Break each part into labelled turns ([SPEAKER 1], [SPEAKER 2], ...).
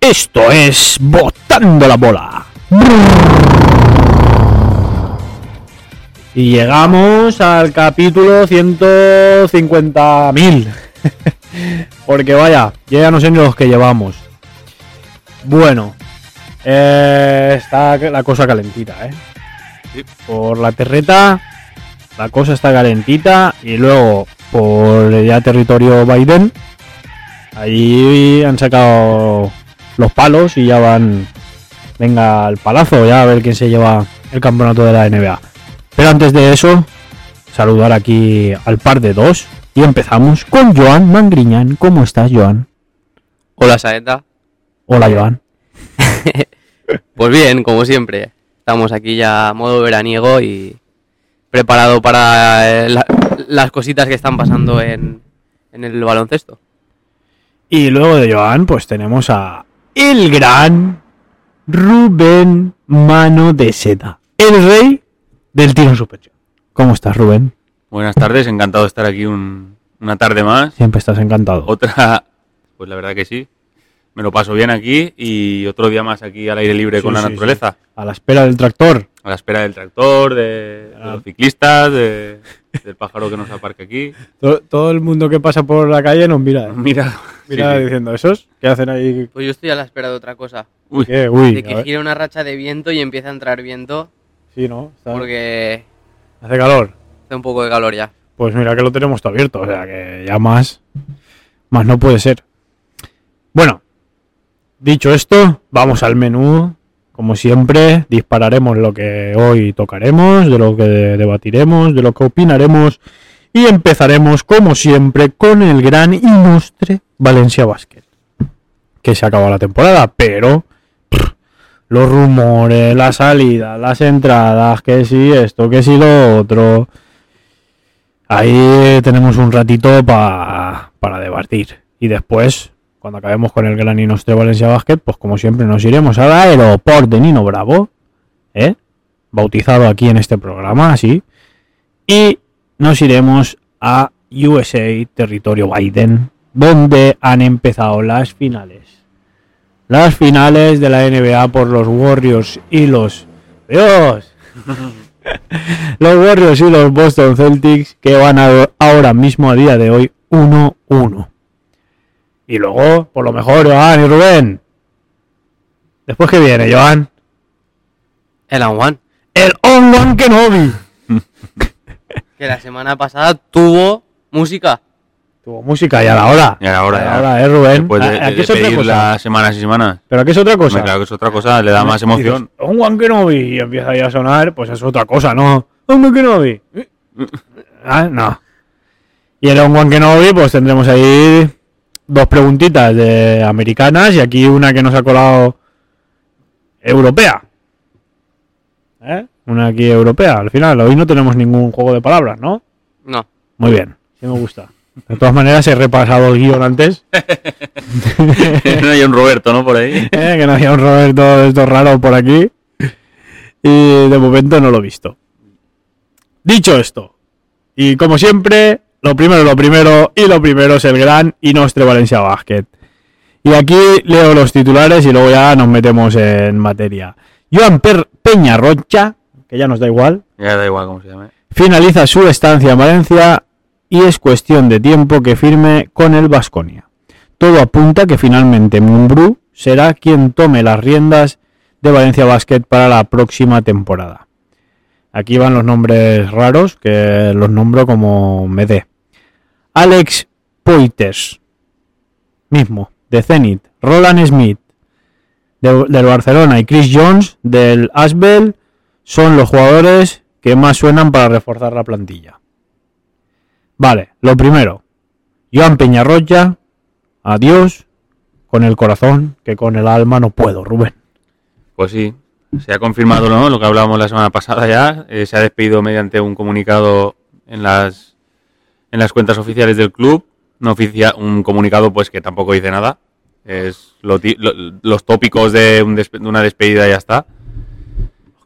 [SPEAKER 1] Esto es Botando la Bola. Y llegamos al capítulo 150.000. Porque vaya, yo ya no sé ni los que llevamos. Bueno, eh, está la cosa calentita, ¿eh?
[SPEAKER 2] Sí.
[SPEAKER 1] Por la terreta, la cosa está calentita. Y luego, por ya territorio Biden, ahí han sacado los palos y ya van. Venga al palazo, ya a ver quién se lleva el campeonato de la NBA. Pero antes de eso, saludar aquí al par de dos. Y empezamos con Joan Mangriñán. ¿Cómo estás, Joan?
[SPEAKER 2] Hola Saeta.
[SPEAKER 1] Hola, Joan.
[SPEAKER 2] Pues bien, como siempre, estamos aquí ya a modo veraniego y preparado para eh, la- las cositas que están pasando en, en el baloncesto.
[SPEAKER 1] Y luego de Joan, pues tenemos a el gran Rubén Mano de Seda, el rey del tiro en superior. ¿Cómo estás, Rubén?
[SPEAKER 3] Buenas tardes, encantado de estar aquí un- una tarde más.
[SPEAKER 1] Siempre estás encantado.
[SPEAKER 3] Otra, pues la verdad que sí. Me lo paso bien aquí y otro día más aquí al aire libre
[SPEAKER 1] Sí,
[SPEAKER 3] con la
[SPEAKER 1] sí,
[SPEAKER 3] naturaleza.
[SPEAKER 1] A la espera del tractor.
[SPEAKER 3] A la espera del tractor, de,
[SPEAKER 1] Ah.
[SPEAKER 3] de los ciclistas, de- del pájaro que nos aparca aquí.
[SPEAKER 1] To- Todo el mundo que pasa por la calle nos mira.
[SPEAKER 3] Mira,
[SPEAKER 1] Mira
[SPEAKER 3] sí, sí.
[SPEAKER 1] diciendo, ¿esos? ¿Qué hacen ahí?
[SPEAKER 2] Pues yo estoy a la espera de otra cosa,
[SPEAKER 3] Uy,
[SPEAKER 1] ¿Qué? Uy,
[SPEAKER 2] de
[SPEAKER 1] a
[SPEAKER 2] que
[SPEAKER 1] ver.
[SPEAKER 2] gire una racha de viento y empiece a entrar viento
[SPEAKER 1] Sí, ¿no? Está-
[SPEAKER 2] porque
[SPEAKER 1] Hace calor.
[SPEAKER 2] hace un poco de calor ya.
[SPEAKER 1] Pues mira que lo tenemos todo abierto, o sea que ya más, más no puede ser. Bueno, dicho esto, vamos al menú. Como siempre, dispararemos lo que hoy tocaremos, de lo que debatiremos, de lo que opinaremos y empezaremos, como siempre, con el gran ilustre Valencia Basket, que se acaba la temporada, pero pff, los rumores, la salida, las entradas, que si esto, que si lo otro, Ahí tenemos un ratito pa- para debatir. Y después, cuando acabemos con el gran Inostre Valencia Basket, pues como siempre nos iremos al aeropuerto de Nino Bravo, ¿eh? bautizado aquí en este programa, así. Y nos iremos a USA, territorio Biden, donde han empezado las finales. Las finales de la NBA por los Warriors y los... ¡Dios! los Warriors y los Boston Celtics que van a- ahora mismo a día de hoy 1-1. Y luego, por lo mejor, Joan y Rubén. Después que viene, Joan.
[SPEAKER 2] El Anwan,
[SPEAKER 1] El Onlon Kenobi.
[SPEAKER 2] que la semana pasada tuvo música.
[SPEAKER 1] Tuvo música y a la hora.
[SPEAKER 3] y ahora
[SPEAKER 1] a la
[SPEAKER 3] ya.
[SPEAKER 1] hora, ¿eh, Rubén?
[SPEAKER 3] Después de,
[SPEAKER 1] ¿A- a
[SPEAKER 3] de
[SPEAKER 1] qué es otra
[SPEAKER 3] pedirla
[SPEAKER 1] cosa?
[SPEAKER 3] semanas y semanas.
[SPEAKER 1] ¿Pero aquí es otra cosa?
[SPEAKER 3] Hombre, claro que es otra cosa, le da más emoción.
[SPEAKER 1] Un "Oh, Kenobi y empieza ya a sonar, pues es otra cosa, ¿no? Un Kenobi. Ah, no. Y el One Kenobi, pues tendremos ahí dos preguntitas de americanas y aquí una que nos ha colado europea. ¿Eh? Una aquí europea. Al final, hoy no tenemos ningún juego de palabras, ¿no?
[SPEAKER 2] No,
[SPEAKER 1] Muy bien. Sí me gusta. De todas maneras, he repasado el guión antes.
[SPEAKER 3] no hay un Roberto, ¿no? Por ahí.
[SPEAKER 1] Eh, que no había un Roberto de estos raros por aquí. Y de momento no lo he visto. Dicho esto, y como siempre, lo primero, lo primero, y lo primero es el gran y nostre Valencia Basket. Y aquí leo los titulares y luego ya nos metemos en materia. Joan Per Peña Rocha, que ya nos da igual,
[SPEAKER 3] Ya da igual cómo se llame.
[SPEAKER 1] finaliza su estancia en Valencia y es cuestión de tiempo que firme con el Vasconia. Todo apunta que finalmente Mumbrú será quien tome las riendas de Valencia Basket para la próxima temporada. Aquí van los nombres raros que los nombro como me dé. Alex Poiters, mismo, de Zenit, Roland Smith, de- del Barcelona, y Chris Jones, del Asbel, son los jugadores que más suenan para reforzar la plantilla. Vale, lo primero, Joan Peñarroya, adiós, con el corazón, que con el alma no puedo, Rubén.
[SPEAKER 3] Pues sí, se ha confirmado ¿no? lo que hablábamos la semana pasada ya. Eh, se ha despedido mediante un comunicado en las, en las cuentas oficiales del club. No oficia- un comunicado pues que tampoco dice nada. Es lo ti- lo- los tópicos de, un despe- de una despedida y ya está.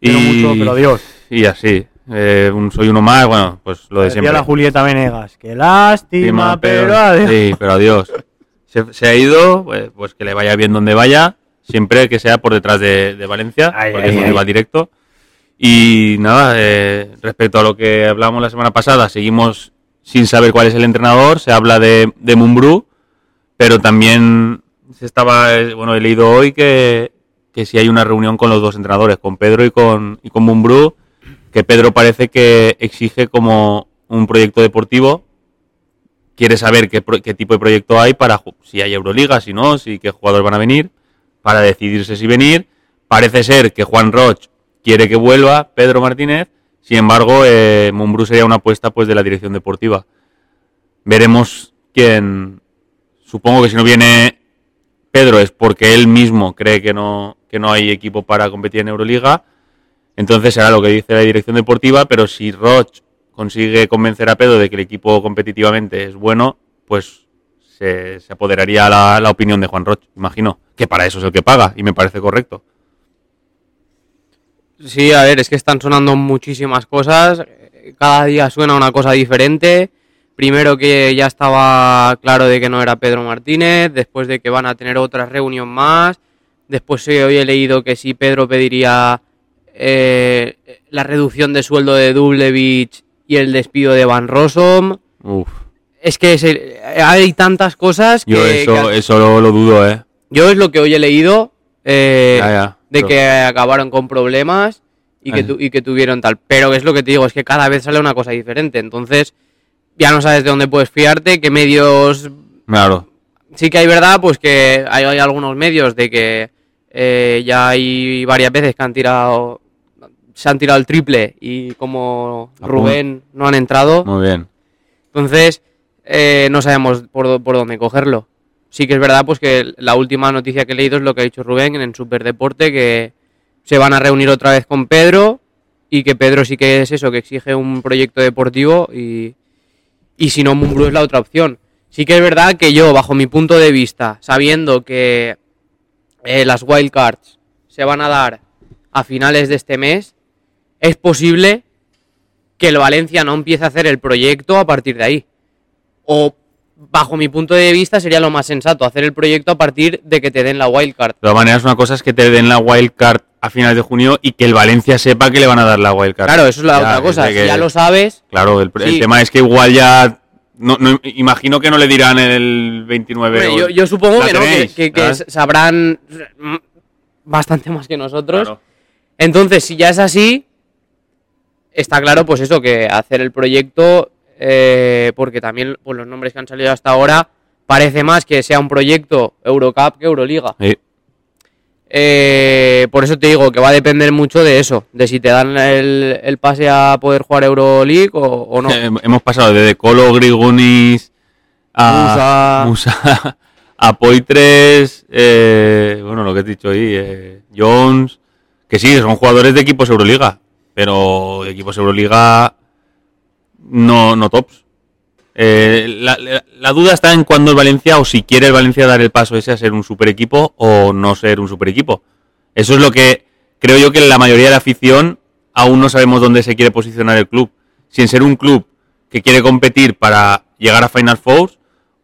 [SPEAKER 1] Quiero mucho, pero adiós.
[SPEAKER 3] y así. Eh, un- soy uno más, bueno, pues lo de
[SPEAKER 1] Decía
[SPEAKER 3] siempre.
[SPEAKER 1] la Julieta Venegas, que lástima,
[SPEAKER 3] Lástima,
[SPEAKER 1] pero adiós.
[SPEAKER 3] Sí, pero adiós. Se, se ha ido, pues, pues que le vaya bien donde vaya. siempre que sea por detrás de, de Valencia,
[SPEAKER 1] Ay,
[SPEAKER 3] porque
[SPEAKER 1] ay, ay.
[SPEAKER 3] es donde va directo. Y nada, eh, respecto a lo que hablábamos la semana pasada, seguimos sin saber cuál es el entrenador, se habla de, de Mumbrú, pero también se estaba, eh, bueno, he leído hoy que, que si hay una reunión con los dos entrenadores, con Pedro y con, y con Mumbrú, que Pedro parece que exige como un proyecto deportivo, quiere saber qué, pro- qué tipo de proyecto hay para ju- si hay Euroliga, si no, si qué jugadores van a venir, para decidirse si venir. Parece ser que Juan Roch quiere que vuelva Pedro Martínez, sin embargo, eh, Mumbrú sería una apuesta pues de la dirección deportiva. Veremos quién. Supongo que si no viene Pedro es porque él mismo cree que no, que no hay equipo para competir en Euroliga. Entonces será lo que dice la dirección deportiva, pero si Roch consigue convencer a Pedro de que el equipo competitivamente es bueno, pues se, se apoderaría la, la opinión de Juan Roch, imagino, que para eso es el que paga, y me parece correcto.
[SPEAKER 2] Sí, a ver, es que están sonando muchísimas cosas. eh, Cada día suena una cosa diferente. Primero que ya estaba claro de que no era Pedro Martínez, después de que van a tener otra reunión más. Después eh, hoy he leído que sí Pedro pediría eh, la reducción de sueldo de Dublevich y el despido de Van Rossum.
[SPEAKER 3] Uf,
[SPEAKER 2] Es que es el- hay tantas cosas que
[SPEAKER 3] yo
[SPEAKER 2] que-
[SPEAKER 3] eso, eso lo, lo dudo, ¿eh?
[SPEAKER 2] yo es lo que hoy he leído eh,
[SPEAKER 3] Ya, ya,
[SPEAKER 2] de
[SPEAKER 3] pero-
[SPEAKER 2] que acabaron con problemas y que,
[SPEAKER 3] Ah.
[SPEAKER 2] tu- y que tuvieron tal. Pero es lo que te digo, es que cada vez sale una cosa diferente. Entonces, ya no sabes de dónde puedes fiarte, qué medios...
[SPEAKER 3] Claro,
[SPEAKER 2] Sí que hay verdad, pues que hay, hay algunos medios de que eh, ya hay varias veces que han tirado... Se han tirado el triple y como
[SPEAKER 3] Ah,
[SPEAKER 2] Rubén no han entrado.
[SPEAKER 3] muy bien.
[SPEAKER 2] Entonces, eh, no sabemos por, dó- por dónde cogerlo. Sí que es verdad pues que la última noticia que he leído es lo que ha dicho Rubén en Superdeporte, que se van a reunir otra vez con Pedro y que Pedro sí que es eso, que exige un proyecto deportivo y, y si no, Mumbrú es la otra opción. Sí que es verdad que yo, bajo mi punto de vista, sabiendo que eh, las wildcards se van a dar a finales de este mes, es posible que el Valencia no empiece a hacer el proyecto a partir de ahí. O, bajo mi punto de vista, sería lo más sensato, hacer el proyecto a partir de que te den la wildcard.
[SPEAKER 3] De todas maneras, una cosa es que te den la wildcard a finales de junio y que el Valencia sepa que le van a dar la wildcard.
[SPEAKER 2] Claro, eso es la
[SPEAKER 3] Ya,
[SPEAKER 2] otra cosa.
[SPEAKER 3] desde
[SPEAKER 2] Si
[SPEAKER 3] que-
[SPEAKER 2] ya lo sabes,
[SPEAKER 3] Claro, el, el
[SPEAKER 2] Sí.
[SPEAKER 3] tema es que igual ya. No, no- imagino que no le dirán el 29.
[SPEAKER 2] hombre,
[SPEAKER 3] o-
[SPEAKER 2] yo, yo supongo
[SPEAKER 3] la
[SPEAKER 2] que no, que,
[SPEAKER 3] tenéis,
[SPEAKER 2] que- que
[SPEAKER 3] ¿verdad?
[SPEAKER 2] sabrán mm, bastante más que nosotros.
[SPEAKER 3] Claro.
[SPEAKER 2] Entonces, si ya es así, está claro, pues eso, que hacer el proyecto, eh, porque también pues, los nombres que han salido hasta ahora, parece más que sea un proyecto Eurocup que Euroliga.
[SPEAKER 3] Sí.
[SPEAKER 2] Eh, por eso te digo que va a depender mucho de eso, de si te dan el, el pase a poder jugar Euroleague o, o no.
[SPEAKER 3] Eh, hemos pasado de Colo, Grigunis a Musa, a Poitres, eh, bueno, lo que he dicho ahí, eh, Jones, que sí, son jugadores de equipos Euroliga, pero de equipos Euroliga no, no tops. Eh, la, la- la duda está en cuándo el Valencia o si quiere el Valencia dar el paso ese a ser un super equipo o no ser un super equipo. Eso es lo que creo yo que la mayoría de la afición aún no sabemos dónde se quiere posicionar el club. Si en ser un club que quiere competir para llegar a Final Four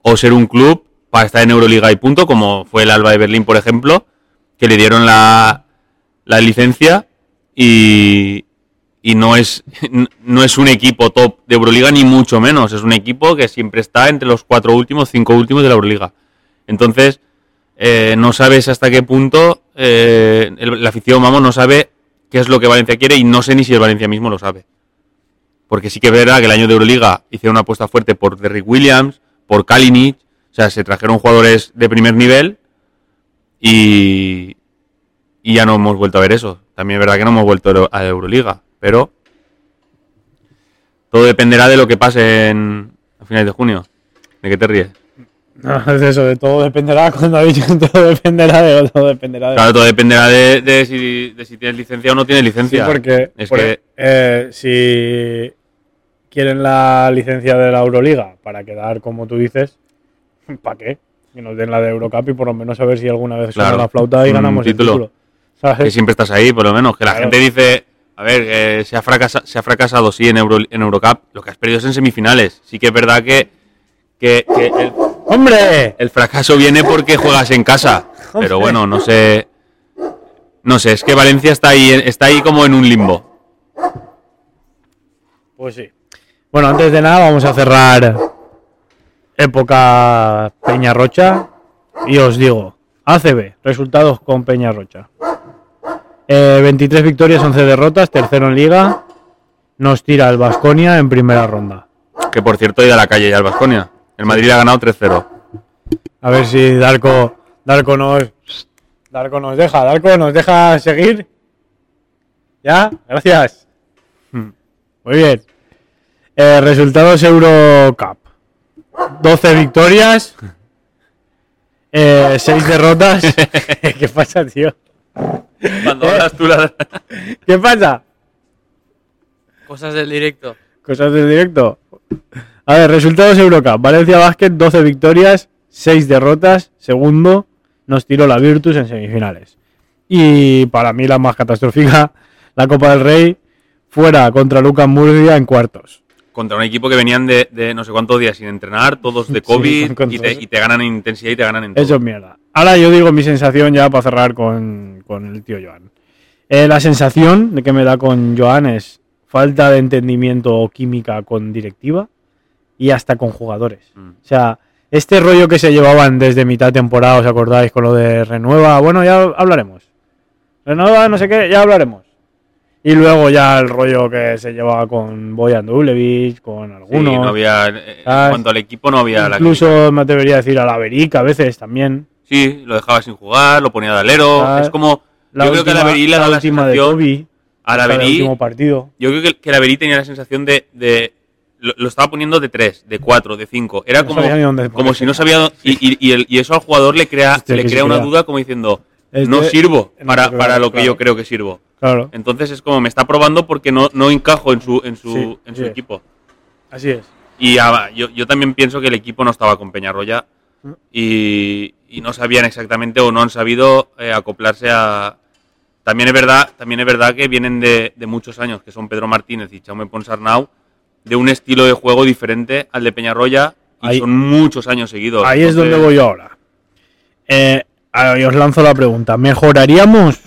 [SPEAKER 3] o ser un club para estar en Euroliga y punto, como fue el Alba de Berlín, por ejemplo, que le dieron la, la licencia y, y no, es, no es un equipo top de Euroliga, ni mucho menos. Es un equipo que siempre está entre los cuatro últimos, cinco últimos de la Euroliga. Entonces, eh, no sabes hasta qué punto eh, el- la afición, vamos, no sabe qué es lo que Valencia quiere y no sé ni si el Valencia mismo lo sabe. Porque sí que es verdad que el año de Euroliga hicieron una apuesta fuerte por Derrick Williams, por Kalinic, o sea, se trajeron jugadores de primer nivel y, y ya no hemos vuelto a ver eso. También es verdad que no hemos vuelto a Euro- a Euroliga, pero todo dependerá de lo que pase en, a finales de junio. ¿De qué te ríes?
[SPEAKER 1] No, es eso, de todo dependerá, cuando ha dicho todo dependerá de todo dependerá de
[SPEAKER 3] Claro, todo dependerá de, de si, de si tienes licencia o no tienes
[SPEAKER 1] Sí,
[SPEAKER 3] licencia.
[SPEAKER 1] porque,
[SPEAKER 3] es
[SPEAKER 1] por-
[SPEAKER 3] que-
[SPEAKER 1] eh, si quieren la licencia de la Euroliga para quedar como tú dices, ¿para qué? Que nos den la de Eurocup y por lo menos a ver si alguna vez suena
[SPEAKER 3] Claro,
[SPEAKER 1] la flauta y
[SPEAKER 3] un
[SPEAKER 1] ganamos
[SPEAKER 3] título.
[SPEAKER 1] el título. ¿sabes?
[SPEAKER 3] que siempre estás ahí, por lo menos. Que la
[SPEAKER 1] Claro.
[SPEAKER 3] gente dice, a ver, eh, se, ha fracasa- se ha fracasado, sí, en, Euro, en Eurocup. Lo que has perdido es en semifinales. Sí que es verdad que, que- que el,
[SPEAKER 1] ¡Hombre!
[SPEAKER 3] el fracaso viene porque juegas en casa. Pero bueno, no sé. No sé, es que Valencia está ahí, está ahí como en un limbo.
[SPEAKER 1] Pues sí. Bueno, antes de nada vamos a cerrar época Peñarrocha y os digo, ACB, resultados con Peñarrocha. Eh, 23 victorias, 11 derrotas, tercero en liga. Nos tira el Vasconia en primera ronda.
[SPEAKER 3] Que por cierto, ha ido a la calle ya al Vasconia. El Madrid le ha ganado 3-0.
[SPEAKER 1] A ver si Darko, Darko nos Darko nos deja, Darko nos deja seguir. ¿Ya? Gracias.
[SPEAKER 3] Hmm.
[SPEAKER 1] Muy bien. Eh, resultados Eurocup. 12 victorias. 6 derrotas. ¿Qué pasa, tío?
[SPEAKER 3] Cuando hablas tú la-
[SPEAKER 1] ¿Qué pasa?
[SPEAKER 2] Cosas del directo.
[SPEAKER 1] Cosas del directo. A ver, resultados Eurocup. Valencia Basket, 12 victorias, 6 derrotas. Segundo, nos tiró la Virtus en semifinales. Y para mí la más catastrófica, la Copa del Rey, fuera contra Lucas Murcia en cuartos.
[SPEAKER 3] Contra un equipo que venían de, de no sé cuántos días sin entrenar, todos de
[SPEAKER 1] Sí,
[SPEAKER 3] COVID,
[SPEAKER 1] con- con
[SPEAKER 3] y, te,
[SPEAKER 1] todo.
[SPEAKER 3] y te ganan en intensidad y te ganan en todo.
[SPEAKER 1] Eso es mierda. Ahora yo digo mi sensación ya para cerrar con, con el tío Joan. Eh, la sensación de que me da con Joan es falta de entendimiento o química con directiva y hasta con jugadores.
[SPEAKER 3] Mm.
[SPEAKER 1] O sea, este rollo que se llevaban desde mitad temporada, ¿os acordáis? Con lo de renueva, bueno, ya hablaremos. Renueva, no sé qué, ya hablaremos. Y luego ya el rollo que se llevaba con Boyan Dublevich, con
[SPEAKER 3] Sí,
[SPEAKER 1] algunos.
[SPEAKER 3] no había, eh,
[SPEAKER 1] Ah,
[SPEAKER 3] en cuanto al equipo no había la
[SPEAKER 1] incluso me atrevería a decir a la Verica a veces también.
[SPEAKER 3] Sí, lo dejaba sin jugar, lo ponía de alero.
[SPEAKER 1] Ah,
[SPEAKER 3] es como.
[SPEAKER 1] La
[SPEAKER 3] yo
[SPEAKER 1] última,
[SPEAKER 3] creo que a la Verí le ha
[SPEAKER 1] la
[SPEAKER 3] dado la
[SPEAKER 1] última de
[SPEAKER 3] sensación-
[SPEAKER 1] Kobe, la
[SPEAKER 3] a la
[SPEAKER 1] del
[SPEAKER 3] Verí-
[SPEAKER 1] último partido.
[SPEAKER 3] Yo creo que, que la Verí tenía la sensación de. de- lo, lo estaba poniendo de 3, de 4, de 5. Era
[SPEAKER 1] No
[SPEAKER 3] como,
[SPEAKER 1] sabía ni dónde
[SPEAKER 3] como si no
[SPEAKER 1] ponerse.
[SPEAKER 3] sabía. dó- Y, y- y el- y eso al jugador le crea,
[SPEAKER 1] Hostia,
[SPEAKER 3] le
[SPEAKER 1] que se
[SPEAKER 3] crea una
[SPEAKER 1] crea.
[SPEAKER 3] duda como diciendo:
[SPEAKER 1] Es
[SPEAKER 3] No
[SPEAKER 1] de-
[SPEAKER 3] sirvo
[SPEAKER 1] no,
[SPEAKER 3] para,
[SPEAKER 1] claro,
[SPEAKER 3] para lo que
[SPEAKER 1] claro.
[SPEAKER 3] yo creo que sirvo.
[SPEAKER 1] Claro,
[SPEAKER 3] Entonces es como me está probando porque no, no encajo en su, en su,
[SPEAKER 1] Sí,
[SPEAKER 3] en su
[SPEAKER 1] sí.
[SPEAKER 3] equipo.
[SPEAKER 1] así es.
[SPEAKER 3] Y ah, yo, yo también pienso que el equipo no estaba con Peñarroya
[SPEAKER 1] Mm.
[SPEAKER 3] y, y no sabían exactamente o no han sabido eh, acoplarse a... También es verdad, también es verdad que vienen de, de muchos años, que son Pedro Martínez y Chaume Ponsarnau, de un estilo de juego diferente al de Peñarroya y
[SPEAKER 1] Ahí-
[SPEAKER 3] son muchos años seguidos.
[SPEAKER 1] Ahí es donde voy yo ahora. Eh, ahora yo os lanzo la pregunta. ¿Mejoraríamos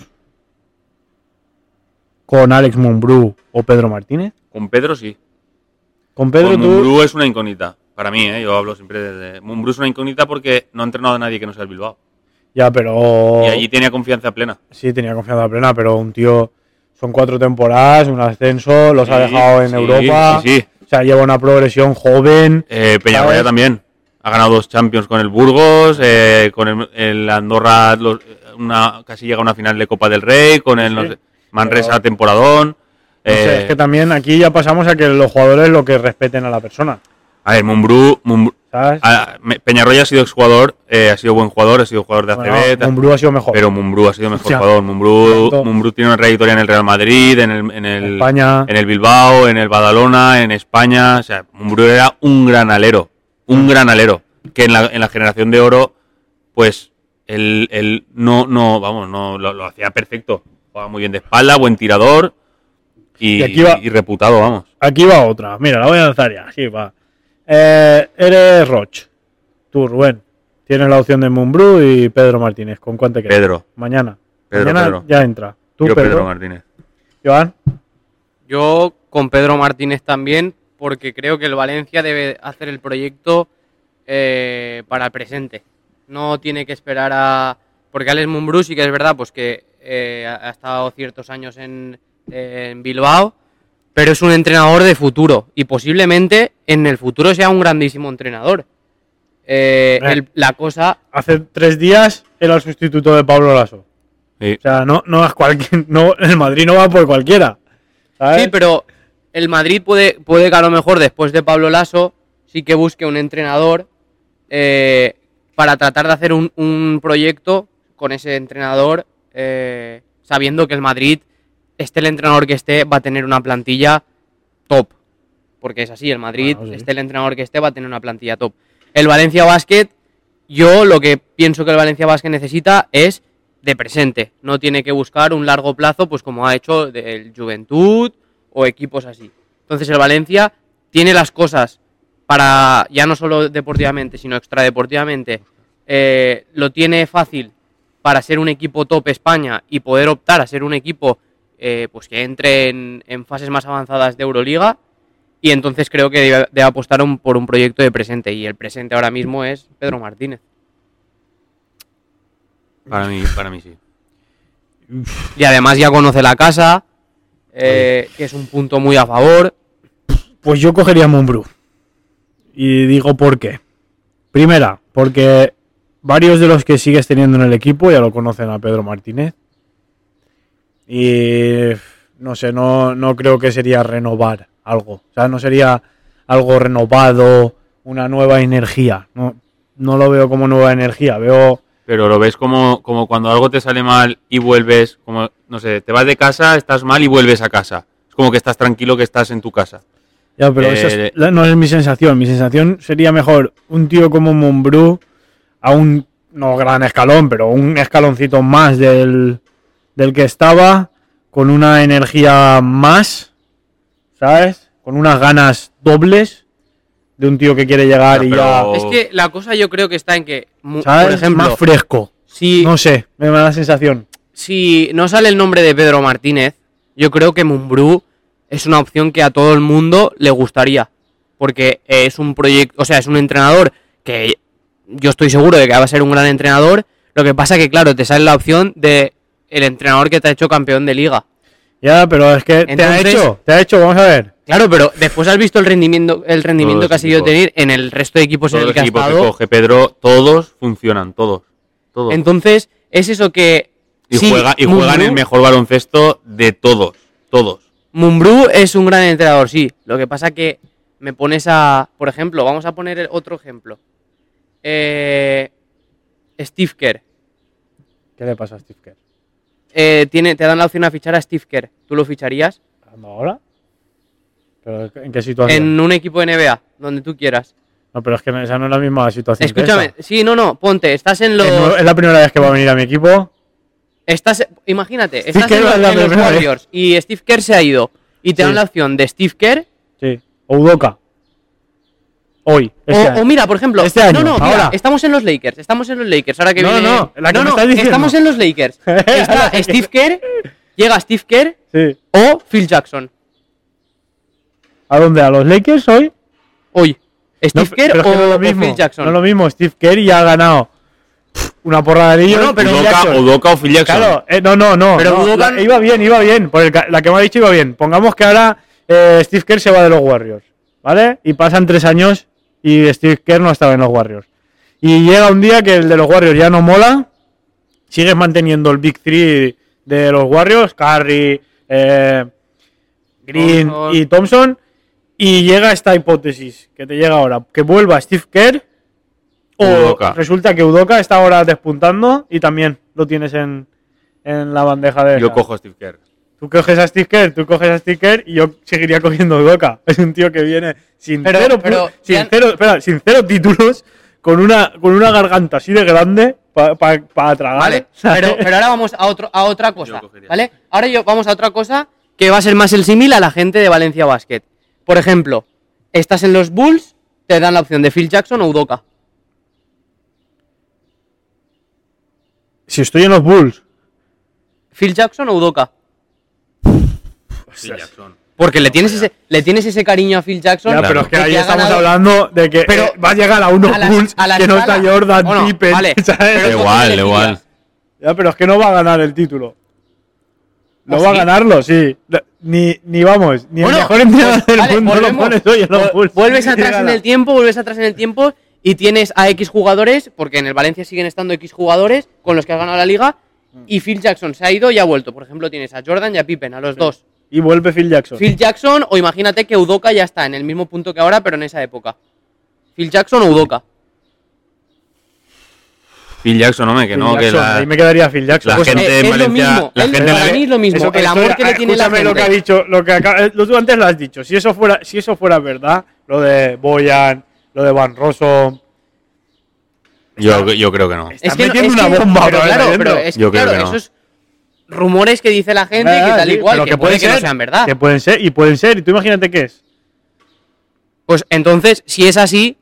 [SPEAKER 1] con Alex Mumbrú o Pedro Martínez?
[SPEAKER 3] Con Pedro sí.
[SPEAKER 1] Con Pedro
[SPEAKER 3] con
[SPEAKER 1] tú...
[SPEAKER 3] Mumbrú es una incógnita. Para mí, ¿eh? yo hablo siempre desde... Mumbrú es una incógnita porque no ha entrenado a nadie que no sea el Bilbao.
[SPEAKER 1] Ya, pero...
[SPEAKER 3] Y allí tenía confianza plena.
[SPEAKER 1] Sí, tenía confianza plena, pero un tío... Son cuatro temporadas, un ascenso, los ha
[SPEAKER 3] Sí,
[SPEAKER 1] dejado en
[SPEAKER 3] sí,
[SPEAKER 1] Europa.
[SPEAKER 3] sí, sí.
[SPEAKER 1] O sea, lleva una progresión joven.
[SPEAKER 3] Eh,
[SPEAKER 1] ¿Sabes?
[SPEAKER 3] Peñarroya también. Ha ganado dos Champions con el Burgos, eh, con el, el Andorra los- una, casi llega a una final de Copa del Rey, con el no
[SPEAKER 1] Sí,
[SPEAKER 3] sé, Manresa
[SPEAKER 1] pero-
[SPEAKER 3] temporadón.
[SPEAKER 1] No sé,
[SPEAKER 3] Eh,
[SPEAKER 1] es que también aquí ya pasamos a que los jugadores lo que respeten a la persona.
[SPEAKER 3] A ver, Mumbrú, Mumbrú-
[SPEAKER 1] ¿Sabes?
[SPEAKER 3] ah, me- Peñarroya ha sido exjugador, eh, ha sido buen jugador, ha sido jugador de ACB,
[SPEAKER 1] Bueno,
[SPEAKER 3] tal,
[SPEAKER 1] Mumbrú ha sido mejor.
[SPEAKER 3] pero Mumbrú ha sido mejor
[SPEAKER 1] Hostia.
[SPEAKER 3] jugador. Mumbrú,
[SPEAKER 1] Exacto.
[SPEAKER 3] Mumbrú tiene una trayectoria en el Real Madrid, en el, en el-
[SPEAKER 1] España.
[SPEAKER 3] en el Bilbao, en el Badalona, en España. O sea, Mumbrú era un gran alero. Un gran alero. Que en la, en la generación de oro, pues, él, él no, no, vamos, no lo, lo hacía perfecto. Jugaba muy bien de espalda, buen tirador y,
[SPEAKER 1] Y aquí va-
[SPEAKER 3] y reputado, vamos.
[SPEAKER 1] Aquí va otra. Mira, la voy a lanzar ya. Aquí va. Eh, eres Roch. Tú, Rubén. Tienes la opción de Mumbrú y Pedro Martínez. ¿Con cuánto te quedas?
[SPEAKER 3] Pedro.
[SPEAKER 1] Mañana.
[SPEAKER 3] Pedro,
[SPEAKER 1] Mañana
[SPEAKER 3] Pedro.
[SPEAKER 1] ya entra. Tú,
[SPEAKER 3] Yo,
[SPEAKER 1] Pedro.
[SPEAKER 3] Pedro Martínez.
[SPEAKER 1] Joan.
[SPEAKER 2] Yo con Pedro Martínez también, porque creo que el Valencia debe hacer el proyecto eh, para el presente. No tiene que esperar a... Porque Alex Mumbrú sí que es verdad, pues que eh, ha ha estado ciertos años en, en Bilbao, pero es un entrenador de futuro y posiblemente en el futuro sea un grandísimo entrenador. Eh,
[SPEAKER 1] Eh.
[SPEAKER 2] el- la cosa
[SPEAKER 1] Hace tres días era el sustituto de Pablo Lasso.
[SPEAKER 3] Sí.
[SPEAKER 1] O sea, no, no es cualquier. No, el Madrid no va por cualquiera. ¿sabes?
[SPEAKER 2] Sí, pero el Madrid puede, puede que a lo mejor después de Pablo Lasso sí que busque un entrenador eh, para tratar de hacer un, un proyecto con ese entrenador, eh, sabiendo que el Madrid, esté este, el entrenador que esté, va a tener una plantilla top. Porque es así, el Madrid,
[SPEAKER 1] Bueno, sí.
[SPEAKER 2] esté el entrenador que esté, va a tener una plantilla top. El Valencia Basket, yo lo que pienso que el Valencia Basket necesita es de presente. No tiene que buscar un largo plazo, pues como ha hecho el Juventud o equipos así. Entonces el Valencia tiene las cosas para, ya no solo deportivamente, sino extradeportivamente, eh, lo tiene fácil para ser un equipo top España y poder optar a ser un equipo eh, pues que entre en, en fases más avanzadas de Euroliga. Y entonces creo que debe, debe apostar un- por un proyecto de presente. Y el presente ahora mismo es Pedro Martínez.
[SPEAKER 3] Para mí, para mí sí.
[SPEAKER 2] Y además ya conoce la casa, eh, que es un punto muy a favor.
[SPEAKER 1] Pues yo cogería Mumbrú. Y digo por qué. Primera, porque varios de los que sigues teniendo en el equipo ya lo conocen a Pedro Martínez. Y no sé, no, no creo que sería renovar algo. O sea, no sería algo renovado, una nueva energía. No, no lo veo como nueva energía. Veo
[SPEAKER 3] Pero lo ves como, como cuando algo te sale mal y vuelves, como, no sé, te vas de casa, estás mal y vuelves a casa. Es como que estás tranquilo que estás en tu casa.
[SPEAKER 1] Ya, pero esa
[SPEAKER 3] Eh,
[SPEAKER 1] es- la- no es mi sensación. Mi sensación sería mejor un tío como Mumbrú a un, no gran escalón, pero un escaloncito más del, del que estaba, con una energía más, ¿sabes? Con unas ganas dobles de un tío que quiere llegar
[SPEAKER 3] Ya,
[SPEAKER 1] y
[SPEAKER 3] pero-
[SPEAKER 1] ya,
[SPEAKER 2] Es que la cosa yo creo que está en que, mu-
[SPEAKER 1] Oh. ¿sabes?
[SPEAKER 2] por ejemplo,
[SPEAKER 1] más fresco.
[SPEAKER 2] si,
[SPEAKER 1] No sé, me da la sensación.
[SPEAKER 2] si no sale el nombre de Pedro Martínez, yo creo que Mumbrú es una opción que a todo el mundo le gustaría. Porque eh, es un proyecto, o sea, es un entrenador que yo estoy seguro de que va a ser un gran entrenador. Lo que pasa que, claro, te sale la opción de el entrenador que te ha hecho campeón de liga.
[SPEAKER 1] Ya, pero es que te ha
[SPEAKER 2] Entonces-
[SPEAKER 1] hecho, te ha hecho, vamos a ver.
[SPEAKER 2] Claro, pero después has visto el rendimiento, el rendimiento
[SPEAKER 3] Todos
[SPEAKER 2] que ha seguido
[SPEAKER 3] equipos.
[SPEAKER 2] tener en el resto de equipos en
[SPEAKER 3] Todo el
[SPEAKER 2] el que ha
[SPEAKER 3] equipo que
[SPEAKER 2] estado.
[SPEAKER 3] coge Pedro, todos funcionan, todos. todos.
[SPEAKER 2] Entonces, es eso que.
[SPEAKER 3] y
[SPEAKER 2] sí,
[SPEAKER 3] juega, y juegan
[SPEAKER 2] Mumbrú-
[SPEAKER 3] el mejor baloncesto de todos, todos.
[SPEAKER 2] Mumbrú es un gran entrenador, sí. Lo que pasa que me pones a. Por ejemplo, vamos a poner el- otro ejemplo. Eh, Steve Kerr.
[SPEAKER 1] ¿Qué le pasa a Steve Kerr?
[SPEAKER 2] Eh, tiene, te dan la opción a fichar a Steve Kerr. ¿Tú lo ficharías?
[SPEAKER 1] ¿Ahora? ¿Pero en qué situación?
[SPEAKER 2] En un equipo NBA, donde tú quieras.
[SPEAKER 1] No, pero es que no- esa no es la misma situación. que
[SPEAKER 2] Escúchame,
[SPEAKER 1] esa.
[SPEAKER 2] sí, no, no, ponte, estás en los.
[SPEAKER 1] Es nue- Es la primera vez que va a venir a mi equipo.
[SPEAKER 2] Estás, imagínate,
[SPEAKER 1] Steve
[SPEAKER 2] estás
[SPEAKER 1] Kerr
[SPEAKER 2] en los,
[SPEAKER 1] es la
[SPEAKER 2] en los
[SPEAKER 1] primera vez.
[SPEAKER 2] Warriors y Steve Kerr se ha ido y te
[SPEAKER 1] ¿eh? Sí.
[SPEAKER 2] dan la opción de Steve Kerr
[SPEAKER 1] Sí. O Udoca. Hoy.
[SPEAKER 2] o,
[SPEAKER 1] este año.
[SPEAKER 2] o mira, por ejemplo,
[SPEAKER 1] Este año,
[SPEAKER 2] no, no, mira,
[SPEAKER 1] ahora.
[SPEAKER 2] estamos en los Lakers, estamos en los Lakers, ahora que
[SPEAKER 1] No,
[SPEAKER 2] viene
[SPEAKER 1] no, la que
[SPEAKER 2] no,
[SPEAKER 1] me
[SPEAKER 2] no,
[SPEAKER 1] estás diciendo.
[SPEAKER 2] estamos en los Lakers. Está Steve Kerr, llega Steve Kerr
[SPEAKER 1] Sí.
[SPEAKER 2] o Phil Jackson.
[SPEAKER 1] ¿A dónde? ¿A los Lakers hoy?
[SPEAKER 2] Hoy,
[SPEAKER 1] No,
[SPEAKER 2] Steve Kerr
[SPEAKER 1] pero es
[SPEAKER 2] o,
[SPEAKER 1] que no es lo
[SPEAKER 2] o
[SPEAKER 1] mismo.
[SPEAKER 2] Phil Jackson.
[SPEAKER 1] No es lo mismo. Steve Kerr ya ha ganado pff, una porrada de anillos.
[SPEAKER 2] Bueno, pero
[SPEAKER 1] Phil
[SPEAKER 3] Udoca,
[SPEAKER 1] Jackson.
[SPEAKER 3] Udoca o Phil Jackson.
[SPEAKER 1] Claro, eh, no, no, no.
[SPEAKER 2] Pero
[SPEAKER 1] no,
[SPEAKER 2] Udoca-
[SPEAKER 1] la- iba bien, iba bien. Por el ca- la que me ha dicho iba bien. Pongamos que ahora eh, Steve Kerr se va de los Warriors, ¿vale? Y pasan tres años y Steve Kerr no estaba en los Warriors. Y llega un día que el de los Warriors ya no mola. Sigues manteniendo el Big Three de los Warriors, Curry, eh, Green
[SPEAKER 2] Thompson.
[SPEAKER 1] y Thompson. Y llega esta hipótesis que te llega ahora. Que vuelva Steve Kerr o
[SPEAKER 3] Udoka.
[SPEAKER 1] resulta que Udoka está ahora despuntando y también lo tienes en, en la bandeja de...
[SPEAKER 3] Yo
[SPEAKER 1] esa.
[SPEAKER 3] cojo a Steve Kerr.
[SPEAKER 1] Tú coges a Steve Kerr, tú coges a Steve Kerr y yo seguiría cogiendo a Udoka. Es un tío que viene sin,
[SPEAKER 2] Pero-
[SPEAKER 1] cero, pu-
[SPEAKER 2] pero
[SPEAKER 1] sin,
[SPEAKER 2] ya-
[SPEAKER 1] cero- espera, sin cero títulos, con una, con una garganta así de grande para tragar.
[SPEAKER 2] Vale,
[SPEAKER 1] ¿sabes?
[SPEAKER 2] pero, pero ahora vamos a, otro, a otra cosa,
[SPEAKER 3] Yo cogería.
[SPEAKER 2] ¿vale? Ahora yo vamos a otra cosa que va a ser más el símil a la gente de Valencia Basket. Por ejemplo, estás en los Bulls, te dan la opción de Phil Jackson o Udoka.
[SPEAKER 1] Si estoy en los Bulls,
[SPEAKER 2] Phil Jackson o Udoka.
[SPEAKER 3] Phil Jackson.
[SPEAKER 2] Porque le tienes, ese, le tienes ese cariño a Phil Jackson.
[SPEAKER 1] ya,
[SPEAKER 3] Claro.
[SPEAKER 1] pero es que
[SPEAKER 2] de
[SPEAKER 1] ahí
[SPEAKER 2] ha
[SPEAKER 1] estamos
[SPEAKER 2] ganado-
[SPEAKER 1] hablando de que
[SPEAKER 2] Pero-
[SPEAKER 1] eh, va a llegar a unos
[SPEAKER 2] a la-
[SPEAKER 1] Bulls
[SPEAKER 2] a la
[SPEAKER 1] que no está
[SPEAKER 2] escala.
[SPEAKER 1] Jordan
[SPEAKER 2] Bueno,
[SPEAKER 1] Pippen,
[SPEAKER 2] vale,
[SPEAKER 1] ¿sabes?
[SPEAKER 2] pero
[SPEAKER 3] Igual,
[SPEAKER 2] ¿cómo le
[SPEAKER 3] igual.
[SPEAKER 2] tiras?
[SPEAKER 1] Ya, pero es que no va a ganar el título. No
[SPEAKER 2] ¿Ah,
[SPEAKER 1] va
[SPEAKER 2] sí?
[SPEAKER 1] a ganarlo, sí. La- Ni, ni vamos, ni
[SPEAKER 2] Bueno,
[SPEAKER 1] el mejor entrenador
[SPEAKER 2] pues,
[SPEAKER 1] del
[SPEAKER 2] vale,
[SPEAKER 1] mundo lo
[SPEAKER 2] volvemos.
[SPEAKER 1] pones hoy en los
[SPEAKER 2] Vol-
[SPEAKER 1] Bulls.
[SPEAKER 2] Vuelves
[SPEAKER 1] Y
[SPEAKER 2] atrás en
[SPEAKER 1] gana.
[SPEAKER 2] el tiempo, vuelves atrás en el tiempo y tienes a X jugadores, porque en el Valencia siguen estando X jugadores con los que has ganado la liga. Y Phil Jackson se ha ido y ha vuelto. Por ejemplo, tienes a Jordan y a Pippen, a los dos.
[SPEAKER 1] Y vuelve Phil Jackson.
[SPEAKER 2] Phil Jackson, o imagínate que Udoka ya está en el mismo punto que ahora, pero en esa época. Phil Jackson o Udoka.
[SPEAKER 3] Phil Jackson, hombre, que
[SPEAKER 1] Phil
[SPEAKER 3] no, que
[SPEAKER 1] Jackson,
[SPEAKER 3] la,
[SPEAKER 1] Ahí me quedaría Phil Jackson.
[SPEAKER 3] la
[SPEAKER 2] Pues,
[SPEAKER 3] gente
[SPEAKER 2] eh, es
[SPEAKER 3] en
[SPEAKER 2] lo
[SPEAKER 3] Valencia-
[SPEAKER 2] mismo,
[SPEAKER 3] la
[SPEAKER 2] es-
[SPEAKER 3] gente en
[SPEAKER 2] para
[SPEAKER 3] la-
[SPEAKER 2] mí es lo mismo,
[SPEAKER 1] Eso que
[SPEAKER 2] el amor
[SPEAKER 1] estoy-
[SPEAKER 2] que le
[SPEAKER 1] ah,
[SPEAKER 2] tiene la
[SPEAKER 1] escúchame lo que ha
[SPEAKER 2] gente.
[SPEAKER 1] dicho, lo que acaba- eh, tú antes lo has dicho. Si eso fuera, si eso fuera verdad, lo de Boyan, lo de Van Rossum,
[SPEAKER 3] yo, yo creo que no.
[SPEAKER 1] Estás metiendo una
[SPEAKER 2] que-
[SPEAKER 1] bomba,
[SPEAKER 2] pero
[SPEAKER 1] bro,
[SPEAKER 2] claro,
[SPEAKER 1] ahí
[SPEAKER 2] pero
[SPEAKER 1] dentro.
[SPEAKER 2] es que,
[SPEAKER 3] Yo creo
[SPEAKER 2] claro,
[SPEAKER 3] que no.
[SPEAKER 2] esos rumores que dice la gente, que
[SPEAKER 1] Ah,
[SPEAKER 2] tal
[SPEAKER 1] sí,
[SPEAKER 2] y cual,
[SPEAKER 1] pero
[SPEAKER 2] que, puede que no sean verdad.
[SPEAKER 1] Que pueden ser y pueden ser. Y tú imagínate qué es.
[SPEAKER 2] Pues entonces, si es así,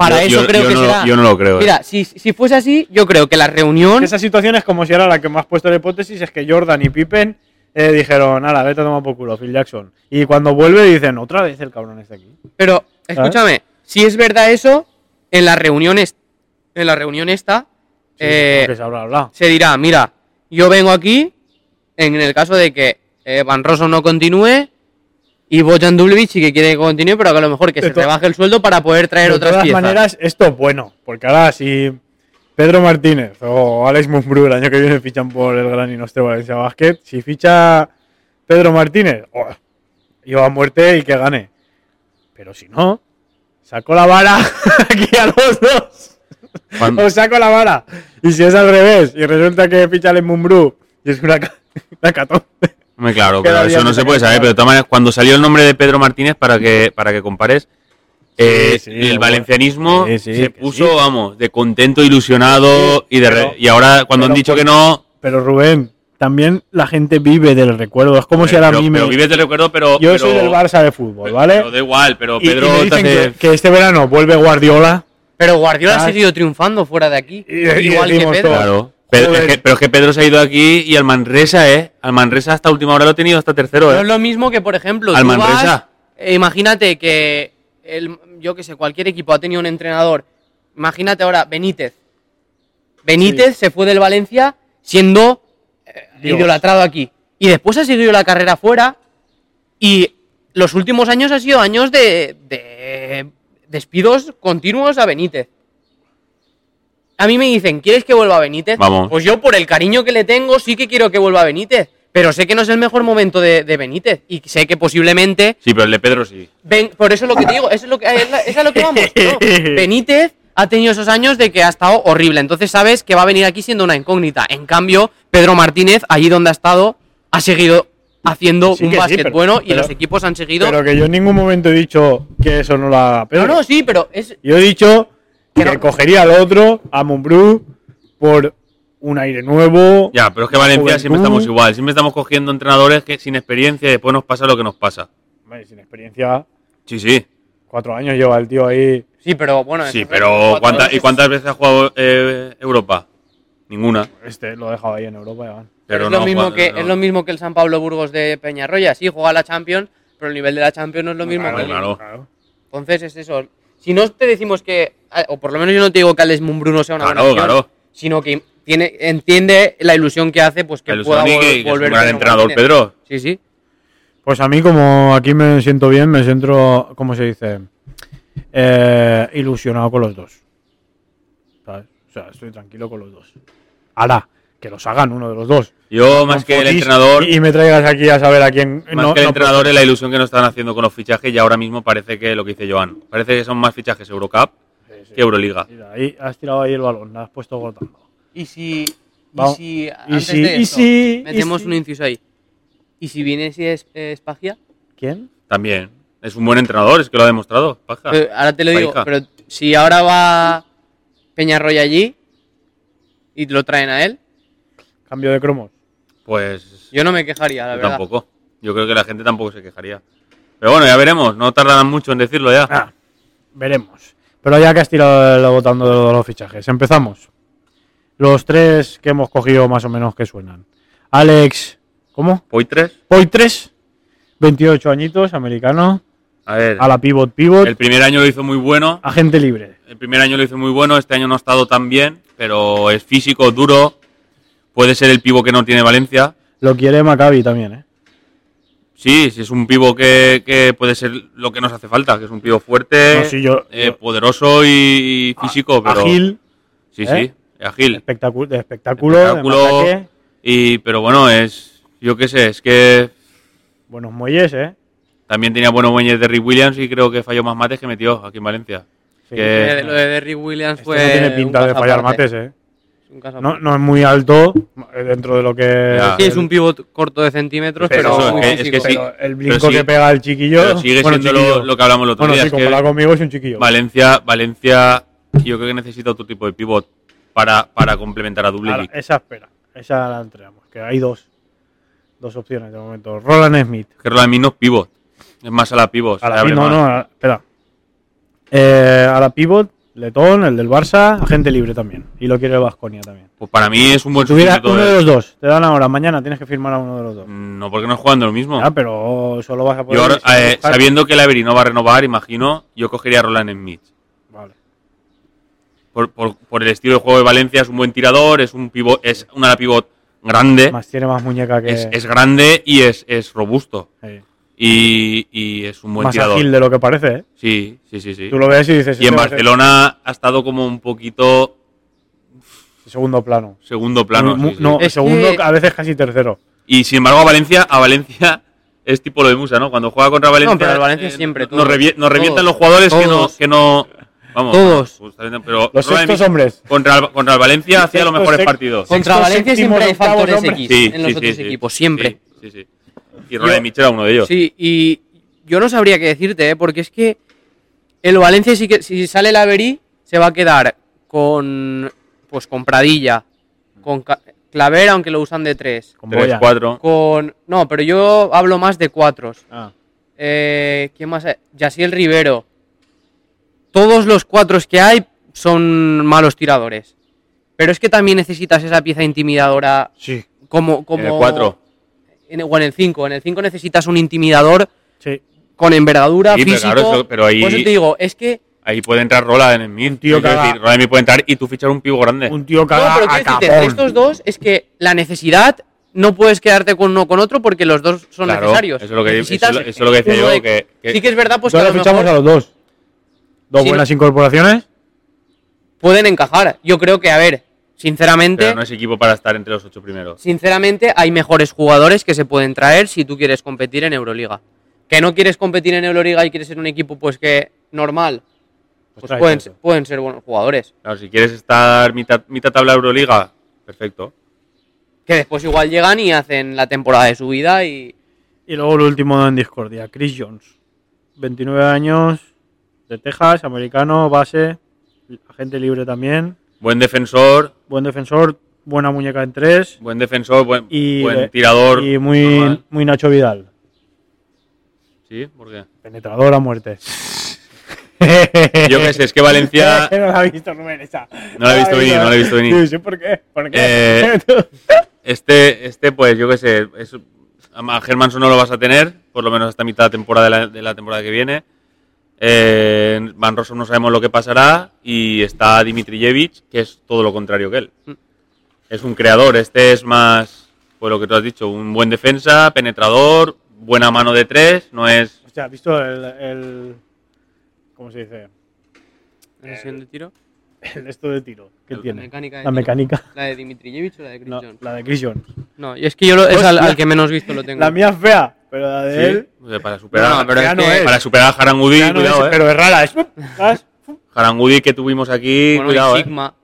[SPEAKER 2] Para
[SPEAKER 3] Yo-
[SPEAKER 2] eso
[SPEAKER 3] yo-
[SPEAKER 2] creo
[SPEAKER 3] yo
[SPEAKER 2] que
[SPEAKER 3] no lo-
[SPEAKER 2] será.
[SPEAKER 3] yo no lo creo, eh.
[SPEAKER 2] Mira, si, si fuese así, yo creo que la reunión.
[SPEAKER 1] Esa situación es como si era la que me has puesto la hipótesis, es que Jordan y Pippen eh, dijeron, ala, vete a tomar por culo, Phil Jackson. Y cuando vuelve dicen, otra vez el cabrón está aquí.
[SPEAKER 2] Pero, escúchame, si es verdad eso, en la reunión, es- en la reunión esta
[SPEAKER 1] Sí,
[SPEAKER 2] eh,
[SPEAKER 1] porque se habrá hablado.
[SPEAKER 2] se dirá, mira, yo vengo aquí en el caso de que eh, Van Rossum no continúe y Bojan Dublevich sí que quiere que continúe, pero que a lo mejor que
[SPEAKER 1] De
[SPEAKER 2] se
[SPEAKER 1] to-
[SPEAKER 2] rebaje el sueldo para poder traer
[SPEAKER 1] De
[SPEAKER 2] otras
[SPEAKER 1] todas
[SPEAKER 2] piezas.
[SPEAKER 1] maneras, esto es bueno, porque ahora si Pedro Martínez o Alex Mumbrú el año que viene fichan por el gran Inostre Valencia Basket, si ficha Pedro Martínez, oh, yo a muerte y que gane. Pero si no, saco la vara aquí a los dos.
[SPEAKER 3] Cuando-
[SPEAKER 1] Os saco la vara. Y si es al revés y resulta que ficha Alex Mumbrú y es una, ca- una catombe.
[SPEAKER 3] Hombre, claro,
[SPEAKER 1] Cada
[SPEAKER 3] pero
[SPEAKER 1] día
[SPEAKER 3] eso no
[SPEAKER 1] me
[SPEAKER 3] se
[SPEAKER 1] saca
[SPEAKER 3] puede
[SPEAKER 1] el
[SPEAKER 3] saber.
[SPEAKER 1] tema.
[SPEAKER 3] Pero de todas maneras, cuando salió el nombre de Pedro Martínez, para que, para que compares, eh,
[SPEAKER 1] sí,
[SPEAKER 3] el
[SPEAKER 1] seguro.
[SPEAKER 3] valencianismo
[SPEAKER 1] Sí, sí,
[SPEAKER 3] se
[SPEAKER 1] que
[SPEAKER 3] puso,
[SPEAKER 1] sí.
[SPEAKER 3] vamos, de contento, ilusionado,
[SPEAKER 1] Sí,
[SPEAKER 3] y, de re-
[SPEAKER 1] pero-
[SPEAKER 3] y ahora cuando
[SPEAKER 1] pero-
[SPEAKER 3] han dicho que no...
[SPEAKER 1] Pero Rubén, también la gente vive del recuerdo. Es como si ahora
[SPEAKER 3] pero,
[SPEAKER 1] a mí me-
[SPEAKER 3] pero vives de recuerdo, pero...
[SPEAKER 1] Yo
[SPEAKER 3] pero-
[SPEAKER 1] soy del Barça de fútbol,
[SPEAKER 3] pero-
[SPEAKER 1] ¿vale?
[SPEAKER 3] pero da igual, pero
[SPEAKER 1] Y- y
[SPEAKER 3] Pedro
[SPEAKER 1] me
[SPEAKER 3] te
[SPEAKER 1] dicen que,
[SPEAKER 3] hace-
[SPEAKER 1] que este verano vuelve Guardiola.
[SPEAKER 2] Pero Guardiola
[SPEAKER 1] Ah.
[SPEAKER 2] ha seguido triunfando fuera de aquí.
[SPEAKER 1] Y- y
[SPEAKER 2] igual que
[SPEAKER 1] decimos
[SPEAKER 2] Pedro.
[SPEAKER 1] todo.
[SPEAKER 3] Claro. Pero es,
[SPEAKER 1] Joder.
[SPEAKER 3] que, pero es que Pedro se ha ido aquí y al Manresa, ¿eh? Al Manresa hasta última hora lo he tenido hasta tercero,
[SPEAKER 2] No es
[SPEAKER 3] ¿eh?
[SPEAKER 2] lo mismo que, por ejemplo,
[SPEAKER 3] Al
[SPEAKER 2] tú
[SPEAKER 3] Manresa.
[SPEAKER 2] vas- eh, imagínate que, el, yo que sé, cualquier equipo ha tenido un entrenador. Imagínate ahora Benítez. Benítez se fue del Valencia siendo eh,
[SPEAKER 1] Dios.
[SPEAKER 2] idolatrado aquí. Y después ha seguido la carrera fuera. Y los últimos años han sido años de, de despidos continuos a Benítez. A mí me dicen, ¿quieres que vuelva Benítez?
[SPEAKER 3] Vamos.
[SPEAKER 2] Pues yo, por el cariño que le tengo, sí que quiero que vuelva Benítez. Pero sé que no es el mejor momento de, de Benítez. Y sé que posiblemente.
[SPEAKER 3] Sí, pero el de Pedro sí.
[SPEAKER 2] ven- por eso es lo que te digo, eso es, lo que, es, la- es a lo que vamos. ¿no? Benítez ha tenido esos años de que ha estado horrible. Entonces sabes que va a venir aquí siendo una incógnita. En cambio, Pedro Martínez, allí donde ha estado, ha seguido haciendo
[SPEAKER 1] Sí
[SPEAKER 2] un
[SPEAKER 1] que sí,
[SPEAKER 2] básquet
[SPEAKER 1] pero-
[SPEAKER 2] bueno y
[SPEAKER 1] pero-
[SPEAKER 2] los equipos han seguido.
[SPEAKER 1] Pero que yo en ningún momento he dicho que eso no lo haga Pedro.
[SPEAKER 2] no, no, sí, pero es,
[SPEAKER 1] Yo he dicho que
[SPEAKER 2] Pero-
[SPEAKER 1] cogería al otro, a Mumbrú, por un aire nuevo.
[SPEAKER 3] Ya, pero es que Valencia siempre
[SPEAKER 1] Juventud.
[SPEAKER 3] estamos igual. Siempre estamos cogiendo entrenadores que sin experiencia y después nos pasa lo que nos pasa.
[SPEAKER 1] Hombre, Sin experiencia,
[SPEAKER 3] Sí, sí.
[SPEAKER 1] cuatro años lleva el tío ahí.
[SPEAKER 2] Sí, pero bueno.
[SPEAKER 3] Sí,
[SPEAKER 2] eso-
[SPEAKER 3] pero
[SPEAKER 2] cuatro
[SPEAKER 3] ¿cuánta-
[SPEAKER 2] veces-
[SPEAKER 3] ¿y cuántas veces ha jugado eh, Europa? Ninguna.
[SPEAKER 1] Este lo he dejado ahí en Europa. ya van.
[SPEAKER 3] Pero
[SPEAKER 2] es,
[SPEAKER 3] no,
[SPEAKER 2] lo mismo
[SPEAKER 3] cuatro,
[SPEAKER 2] que,
[SPEAKER 3] no.
[SPEAKER 2] es lo mismo que el San Pablo Burgos de Peñarroya. Sí, juega la Champions, pero el nivel de la Champions no es lo mismo.
[SPEAKER 3] Claro,
[SPEAKER 2] que el-
[SPEAKER 3] claro.
[SPEAKER 2] Entonces es eso. Si no te decimos que, eh, o por lo menos yo no te digo que Alex Mumbruno sea una
[SPEAKER 3] Claro,
[SPEAKER 2] buena opción,
[SPEAKER 3] claro.
[SPEAKER 2] sino que tiene, entiende la ilusión que hace, pues que
[SPEAKER 3] La ilusión
[SPEAKER 2] pueda
[SPEAKER 3] y que-
[SPEAKER 2] vol-
[SPEAKER 3] que es un
[SPEAKER 2] volver
[SPEAKER 3] gran
[SPEAKER 2] Pedro
[SPEAKER 3] entrenador,
[SPEAKER 2] Martínez.
[SPEAKER 3] Pedro.
[SPEAKER 2] Sí, sí.
[SPEAKER 1] Pues a mí, como aquí me siento bien, me siento, ¿cómo se dice? Eh, ilusionado con los dos. ¿Sabes? O sea, estoy tranquilo con los dos. Ahora, que los hagan uno de los dos.
[SPEAKER 3] Yo, más que el
[SPEAKER 1] Fotis
[SPEAKER 3] entrenador,
[SPEAKER 1] Y, y me traigas aquí a saber a quién.
[SPEAKER 3] más que el entrenador es la ilusión que nos están haciendo con los fichajes y ahora mismo parece que lo que dice Joan. Parece que son más fichajes Eurocup
[SPEAKER 1] Sí, sí.
[SPEAKER 3] que Euroliga.
[SPEAKER 1] Mira, ahí has tirado ahí el balón, la has puesto gortando.
[SPEAKER 2] Y si.
[SPEAKER 1] Vamos.
[SPEAKER 2] Y si.
[SPEAKER 1] Y
[SPEAKER 2] Antes
[SPEAKER 1] si-
[SPEAKER 2] de
[SPEAKER 1] y
[SPEAKER 2] esto,
[SPEAKER 1] si- y
[SPEAKER 2] metemos
[SPEAKER 1] si-
[SPEAKER 2] un inciso ahí. ¿Y si viene si es eh, Spagia?
[SPEAKER 1] ¿Quién?
[SPEAKER 3] También. Es un buen entrenador, es que lo ha demostrado. Paja.
[SPEAKER 2] Pero ahora te lo digo,
[SPEAKER 3] Paija.
[SPEAKER 2] pero si ahora va Peñarroya allí y lo traen a él,
[SPEAKER 1] Cambio de cromos.
[SPEAKER 3] Pues
[SPEAKER 2] yo no me quejaría, la
[SPEAKER 3] yo
[SPEAKER 2] verdad.
[SPEAKER 3] tampoco. Yo creo que la gente tampoco se quejaría. Pero bueno, ya veremos. No tardarán mucho en decirlo ya.
[SPEAKER 1] Ah, veremos. Pero ya que has tirado el botando de los fichajes, empezamos. Los tres que hemos cogido más o menos que suenan. Alex, ¿cómo?
[SPEAKER 3] Poitres.
[SPEAKER 1] Poitres, 28 añitos, americano,
[SPEAKER 3] A ver.
[SPEAKER 1] a Ah. la pivot pivot,
[SPEAKER 3] El primer año lo hizo muy bueno.
[SPEAKER 1] agente libre.
[SPEAKER 3] El primer año lo hizo muy bueno, este año no ha estado tan bien, pero es físico, duro. Puede ser el pivo que no tiene Valencia.
[SPEAKER 1] Lo quiere Maccabi también, ¿eh?
[SPEAKER 3] Sí, sí, es un pivo que, que puede ser lo que nos hace falta, que es un pivo fuerte,
[SPEAKER 1] No, sí, yo-
[SPEAKER 3] eh,
[SPEAKER 1] yo-
[SPEAKER 3] poderoso y, y físico, pero
[SPEAKER 1] Agil,
[SPEAKER 3] sí,
[SPEAKER 1] ¿eh?
[SPEAKER 3] sí, ágil.
[SPEAKER 1] espectacu- de espectáculo,
[SPEAKER 3] Espectáculo.
[SPEAKER 1] de ataque,
[SPEAKER 3] Y pero bueno, es yo qué sé, es que
[SPEAKER 1] buenos muelles, ¿eh?
[SPEAKER 3] también tenía buenos bueyes Derrick Williams y creo que falló más mates que metió aquí en Valencia.
[SPEAKER 1] Sí,
[SPEAKER 3] Que-
[SPEAKER 2] Eh, Lo de Derrick Williams
[SPEAKER 1] Este
[SPEAKER 2] fue.
[SPEAKER 1] no tiene
[SPEAKER 2] Pues, un
[SPEAKER 1] pinta de
[SPEAKER 2] caso
[SPEAKER 1] fallar
[SPEAKER 2] aparte.
[SPEAKER 1] mates, ¿eh?
[SPEAKER 2] Es un caso
[SPEAKER 1] No,
[SPEAKER 2] aparte.
[SPEAKER 1] no es muy alto eh, dentro de lo que...
[SPEAKER 3] Ya.
[SPEAKER 2] Sí, es un pivot corto de centímetros,
[SPEAKER 3] Pero
[SPEAKER 2] pero,
[SPEAKER 3] eso,
[SPEAKER 2] muy
[SPEAKER 3] es que- es
[SPEAKER 2] físico.
[SPEAKER 3] que sí.
[SPEAKER 1] Pero el brinco
[SPEAKER 3] sigue-
[SPEAKER 1] que pega el chiquillo...
[SPEAKER 3] Pero sigue
[SPEAKER 1] bueno,
[SPEAKER 3] siendo
[SPEAKER 1] chiquillo.
[SPEAKER 3] lo, lo que hablamos el otro
[SPEAKER 1] Bueno,
[SPEAKER 3] día,
[SPEAKER 1] sí,
[SPEAKER 3] es que-
[SPEAKER 1] comparado conmigo es un chiquillo.
[SPEAKER 3] Valencia, Valencia, yo creo que necesita otro tipo de pivot para, para complementar a
[SPEAKER 1] Ahora,
[SPEAKER 3] Dublin.
[SPEAKER 1] esa espera, esa la entregamos, que hay dos. Dos opciones de momento. Roland Smith.
[SPEAKER 3] Que Roland no es pivot, es más a la pivot. se
[SPEAKER 1] A la
[SPEAKER 3] Pues abre
[SPEAKER 1] pivot, no,
[SPEAKER 3] más.
[SPEAKER 1] no, a la- espera. Eh, a la pivot, Letón, el del Barça, agente libre también. Y lo quiere el Vasconia también.
[SPEAKER 3] Pues para mí es un buen
[SPEAKER 1] Si hubiera
[SPEAKER 3] sustituto
[SPEAKER 1] uno
[SPEAKER 3] de-
[SPEAKER 1] de los dos, te dan ahora, mañana tienes que firmar a uno de los dos.
[SPEAKER 3] No, porque no es jugando lo mismo.
[SPEAKER 1] Ah, pues, pero solo vas a poder.
[SPEAKER 3] yo ahora,
[SPEAKER 1] buscar-
[SPEAKER 3] eh, sabiendo que Lavery no va a renovar, imagino, yo cogería a Roland en Mitch.
[SPEAKER 1] Vale.
[SPEAKER 3] Por, por- por el estilo de juego de Valencia, es un buen tirador, es un pivot, es un ala pivot grande,
[SPEAKER 1] Más tiene más muñeca que.
[SPEAKER 3] ¿Eh? es, es grande y es, es robusto.
[SPEAKER 1] Sí.
[SPEAKER 3] Y, y es un buen
[SPEAKER 1] más
[SPEAKER 3] tirador.
[SPEAKER 1] ágil de lo que parece, ¿eh?
[SPEAKER 3] Sí, sí, sí, sí.
[SPEAKER 1] Tú lo ves y dices.
[SPEAKER 3] Y en
[SPEAKER 1] "Este va a ser
[SPEAKER 3] Barcelona ha estado como un poquito
[SPEAKER 1] Segundo plano.
[SPEAKER 3] segundo plano.
[SPEAKER 1] Mu-
[SPEAKER 3] sí, sí.
[SPEAKER 1] No,
[SPEAKER 2] Es
[SPEAKER 1] segundo,
[SPEAKER 2] que-
[SPEAKER 1] a veces casi tercero.
[SPEAKER 3] Y sin embargo a Valencia, a Valencia es tipo lo de Musa, ¿no? Cuando juega contra Valencia, eh,
[SPEAKER 2] No, pero el Valencia siempre,
[SPEAKER 3] nos,
[SPEAKER 2] todos,
[SPEAKER 3] revie- nos
[SPEAKER 2] todos,
[SPEAKER 3] revientan los jugadores que no,
[SPEAKER 2] todos.
[SPEAKER 3] que no... Vamos,
[SPEAKER 2] Todos.
[SPEAKER 3] justamente, pero
[SPEAKER 1] Los
[SPEAKER 3] Roland
[SPEAKER 1] sextos
[SPEAKER 3] Emmitt
[SPEAKER 1] hombres.
[SPEAKER 3] contra el, contra el Valencia hacía los
[SPEAKER 1] Sexto,
[SPEAKER 3] mejores
[SPEAKER 1] sec-
[SPEAKER 3] partidos.
[SPEAKER 1] sec-
[SPEAKER 2] Contra
[SPEAKER 1] Sexto,
[SPEAKER 2] Valencia
[SPEAKER 1] séptimo,
[SPEAKER 2] siempre hay
[SPEAKER 1] octavo,
[SPEAKER 2] factores
[SPEAKER 1] hombre.
[SPEAKER 2] X en los otros equipos, siempre.
[SPEAKER 3] Sí, sí, sí. Y Ronald Mitchell era uno de ellos.
[SPEAKER 2] Sí, y yo no sabría qué decirte, ¿eh? porque es que el Valencia, sí que, si sale la Averí, se va a quedar con, pues, con Pradilla, con Ca- Claver, aunque lo usan de tres,
[SPEAKER 1] Con
[SPEAKER 3] Tres,
[SPEAKER 1] Boyan.
[SPEAKER 3] cuatro. eh,
[SPEAKER 2] con... No, pero yo hablo más de cuatro.
[SPEAKER 1] Ah,
[SPEAKER 2] Eh, ¿Quién más? hay? Yasiel Rivero. Todos los cuatro que hay son malos tiradores. Pero es que también necesitas esa pieza intimidadora
[SPEAKER 1] sí.
[SPEAKER 2] como... como
[SPEAKER 3] En el cuatro.
[SPEAKER 2] en el- o en el 5. En el 5 necesitas un intimidador
[SPEAKER 1] Sí.
[SPEAKER 3] Eh.
[SPEAKER 2] con envergadura,
[SPEAKER 3] Sí, pero
[SPEAKER 2] físico.
[SPEAKER 3] claro, eso- pero ahí-
[SPEAKER 2] Por eso te digo, es que.
[SPEAKER 3] Ahí puede entrar Rola en el mid.
[SPEAKER 1] tío que haga-
[SPEAKER 3] Rola en mid puede entrar y tú fichar un pivo grande.
[SPEAKER 1] Un tío que
[SPEAKER 2] No,
[SPEAKER 1] haga
[SPEAKER 2] pero quiero
[SPEAKER 1] acabón.
[SPEAKER 2] decirte, de estos dos es que la necesidad no puedes quedarte con uno o con otro porque los dos son
[SPEAKER 3] Claro,
[SPEAKER 2] necesarios.
[SPEAKER 3] Eso es lo que, eso,
[SPEAKER 2] Necesitas
[SPEAKER 3] es lo- eso es lo que decía
[SPEAKER 2] uno
[SPEAKER 3] yo.
[SPEAKER 2] de-
[SPEAKER 3] Que, que-
[SPEAKER 2] Sí que es verdad, pues que a
[SPEAKER 1] Entonces
[SPEAKER 2] lo
[SPEAKER 1] fichamos
[SPEAKER 2] mejor
[SPEAKER 1] a los dos. Dos
[SPEAKER 2] Sí,
[SPEAKER 1] buenas incorporaciones.
[SPEAKER 2] pueden encajar. Yo creo que, a ver, sinceramente,
[SPEAKER 3] pero no es equipo para estar entre los ocho primeros.
[SPEAKER 2] sinceramente hay mejores jugadores que se pueden traer si tú quieres competir en Euroliga. Que no quieres competir en Euroliga y quieres ser un equipo pues que normal, pues
[SPEAKER 1] Ostras,
[SPEAKER 2] pueden,
[SPEAKER 1] eso.
[SPEAKER 2] pueden ser buenos jugadores.
[SPEAKER 3] Claro, si quieres estar mitad, mitad tabla Euroliga, perfecto.
[SPEAKER 2] Que después igual llegan y hacen la temporada de su vida y...
[SPEAKER 1] Y luego el último en discordia, Chris Jones. 29 años, de Texas, americano, base, agente libre también.
[SPEAKER 3] Buen defensor,
[SPEAKER 1] Buen defensor, buena muñeca en tres.
[SPEAKER 3] buen defensor, buen,
[SPEAKER 1] Y,
[SPEAKER 3] buen tirador.
[SPEAKER 1] y muy,
[SPEAKER 3] normal.
[SPEAKER 1] muy Nacho Vidal.
[SPEAKER 3] Sí, ¿por qué?
[SPEAKER 1] Penetrador a muerte.
[SPEAKER 3] Yo qué sé, es que Valencia
[SPEAKER 1] no la he visto Rubén esa.
[SPEAKER 3] no la he visto venir, no la he visto venir.
[SPEAKER 1] Sí, sí, ¿por qué? ¿Por qué?
[SPEAKER 3] Eh, Este, este pues yo qué sé, es, a Germanson no lo vas a tener, por lo menos hasta mitad de temporada de la, de la temporada que viene. Eh, Van Rossum no sabemos lo que pasará y está Dimitrijevic, que es todo lo contrario que él. Es un creador, este es más, pues lo que tú has dicho, un buen defensa, penetrador, buena mano de tres, no es...
[SPEAKER 1] Hostia, ¿has visto el, el. ¿Cómo se dice?
[SPEAKER 2] ¿La
[SPEAKER 3] Eh,
[SPEAKER 2] sesión de tiro?
[SPEAKER 1] El esto de tiro. ¿Qué
[SPEAKER 3] El-
[SPEAKER 1] tiene?
[SPEAKER 2] mecánica de
[SPEAKER 1] La
[SPEAKER 2] tiro.
[SPEAKER 1] mecánica.
[SPEAKER 2] ¿La de Dimitrijevic o la de Chris
[SPEAKER 1] No,
[SPEAKER 2] Jones?
[SPEAKER 1] la de Chris Jones.
[SPEAKER 2] No, y es que yo lo- es al,
[SPEAKER 1] Hostia.
[SPEAKER 2] al que menos visto lo tengo.
[SPEAKER 1] La mía es fea, pero la de
[SPEAKER 3] Sí,
[SPEAKER 1] él.
[SPEAKER 3] o sea, para superar,
[SPEAKER 2] No, no, pero
[SPEAKER 1] fea
[SPEAKER 2] es que-
[SPEAKER 1] es.
[SPEAKER 3] para superar a Harangudi,
[SPEAKER 1] Fea no
[SPEAKER 3] cuidado,
[SPEAKER 1] es,
[SPEAKER 3] eh.
[SPEAKER 1] Pero es rara. Es, ¿sabes?
[SPEAKER 3] Harangudi que tuvimos aquí,
[SPEAKER 2] Bueno, y
[SPEAKER 3] cuidado, eh.
[SPEAKER 2] Sigma.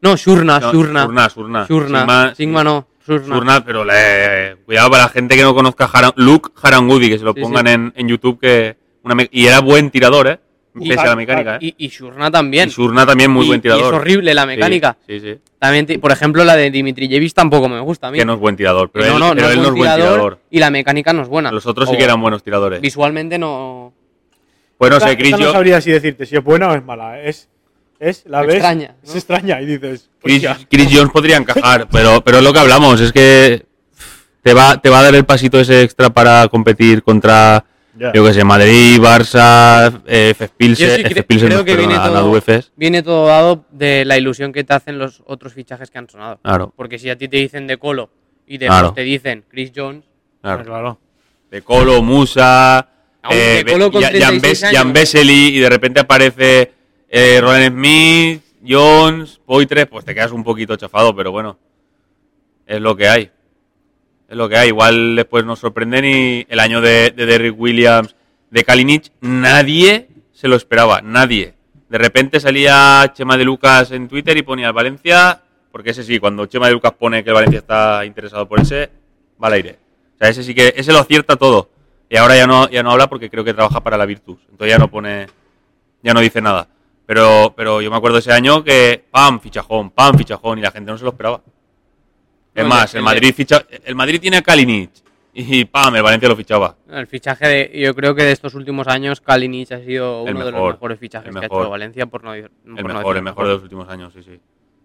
[SPEAKER 2] No, Shurna,
[SPEAKER 3] No,
[SPEAKER 2] Shurna.
[SPEAKER 3] Surna, Surna.
[SPEAKER 2] Shurna.
[SPEAKER 3] Sigma-
[SPEAKER 2] Sigma no, Shurna.
[SPEAKER 3] Surna, pero le- cuidado para la gente que no conozca Haran- Luke Harangudi, que se lo
[SPEAKER 2] Sí,
[SPEAKER 3] pongan
[SPEAKER 2] sí.
[SPEAKER 3] En, en YouTube, que una me- y era buen tirador, ¿eh?
[SPEAKER 2] Y- ah,
[SPEAKER 3] Pese a la mecánica, ¿eh?
[SPEAKER 2] Y, y Shurna también.
[SPEAKER 3] Y Surna también muy
[SPEAKER 2] Y-
[SPEAKER 3] buen tirador.
[SPEAKER 2] Y es horrible la
[SPEAKER 3] Sí,
[SPEAKER 2] mecánica.
[SPEAKER 3] Sí, sí,
[SPEAKER 2] También, ti- por ejemplo, la de Dimitrijevic tampoco me gusta a mí.
[SPEAKER 3] Que no es buen tirador, pero,
[SPEAKER 2] Que
[SPEAKER 3] él, pero él no es buen tirador.
[SPEAKER 2] Y la mecánica no Oh, es buena.
[SPEAKER 3] Los otros sí
[SPEAKER 2] O
[SPEAKER 3] que eran buenos tiradores.
[SPEAKER 2] Visualmente no...
[SPEAKER 3] Pues no
[SPEAKER 1] Esta-
[SPEAKER 3] sé, Chris,
[SPEAKER 1] esta
[SPEAKER 3] yo-
[SPEAKER 1] no sabría si decirte si es buena o es mala. ¿eh? Es, es la
[SPEAKER 2] Me
[SPEAKER 1] ves.
[SPEAKER 2] extraña, ¿no?
[SPEAKER 1] Se extraña y dices.
[SPEAKER 3] Chris,
[SPEAKER 1] hostia,
[SPEAKER 3] Chris Jones podría encajar, pero, pero es lo que hablamos, es que te va, te va a dar el pasito ese extra para competir contra,
[SPEAKER 1] Ya.
[SPEAKER 3] yo qué sé, Madrid, Barça, eh, FF Pilsen,
[SPEAKER 2] Yo sí cre-
[SPEAKER 3] FF Pilsen,
[SPEAKER 2] creo que
[SPEAKER 3] perdona,
[SPEAKER 2] viene
[SPEAKER 3] la
[SPEAKER 2] todo,
[SPEAKER 3] UFS.
[SPEAKER 2] viene todo dado de la ilusión que te hacen los otros fichajes que han sonado.
[SPEAKER 3] Claro,
[SPEAKER 2] Porque si a ti te dicen de Colo y después
[SPEAKER 3] Ah. Claro.
[SPEAKER 2] te dicen Chris Jones,
[SPEAKER 1] Ah,
[SPEAKER 3] claro.
[SPEAKER 1] claro.
[SPEAKER 3] De Colo, Musa, eh,
[SPEAKER 2] Aún de
[SPEAKER 3] Be-
[SPEAKER 2] Colo con
[SPEAKER 3] Ya- Jan
[SPEAKER 2] 36
[SPEAKER 3] Bes- Jan
[SPEAKER 2] años.
[SPEAKER 3] Vesely, y de repente aparece eh, Roland Smith, Jones, Poitres, pues te quedas un poquito chafado, pero bueno, es lo que hay. Es lo que hay. Igual después nos sorprenden y el año de, de Derrick Williams, de Kalinic, nadie se lo esperaba, nadie. De repente salía Chema de Lucas en Twitter y ponía el Valencia, porque ese sí, cuando Chema de Lucas pone que el Valencia está interesado por ese, va al aire. O sea, ese sí que, ese lo acierta todo. Y ahora ya no, ya no habla porque creo que trabaja para la Virtus. Entonces ya no pone, ya no dice nada. Pero, pero yo me acuerdo ese año que pam, fichajón, pam, fichajón, y la gente no se lo esperaba. Es
[SPEAKER 2] No,
[SPEAKER 3] más,
[SPEAKER 2] el-
[SPEAKER 3] el
[SPEAKER 2] el-
[SPEAKER 3] Madrid ficha. El Madrid tiene a Kalinic, Y ¡pam! El Valencia lo fichaba.
[SPEAKER 2] El fichaje, de, yo creo que de estos últimos años, Kalinic ha sido uno
[SPEAKER 3] El
[SPEAKER 2] de los
[SPEAKER 3] mejor,
[SPEAKER 2] mejores fichajes
[SPEAKER 3] el
[SPEAKER 2] que ha
[SPEAKER 3] mejor.
[SPEAKER 2] hecho Valencia, por no, di- por
[SPEAKER 3] El
[SPEAKER 2] no
[SPEAKER 3] mejor,
[SPEAKER 2] decir
[SPEAKER 3] el mejor de los últimos años, sí, sí.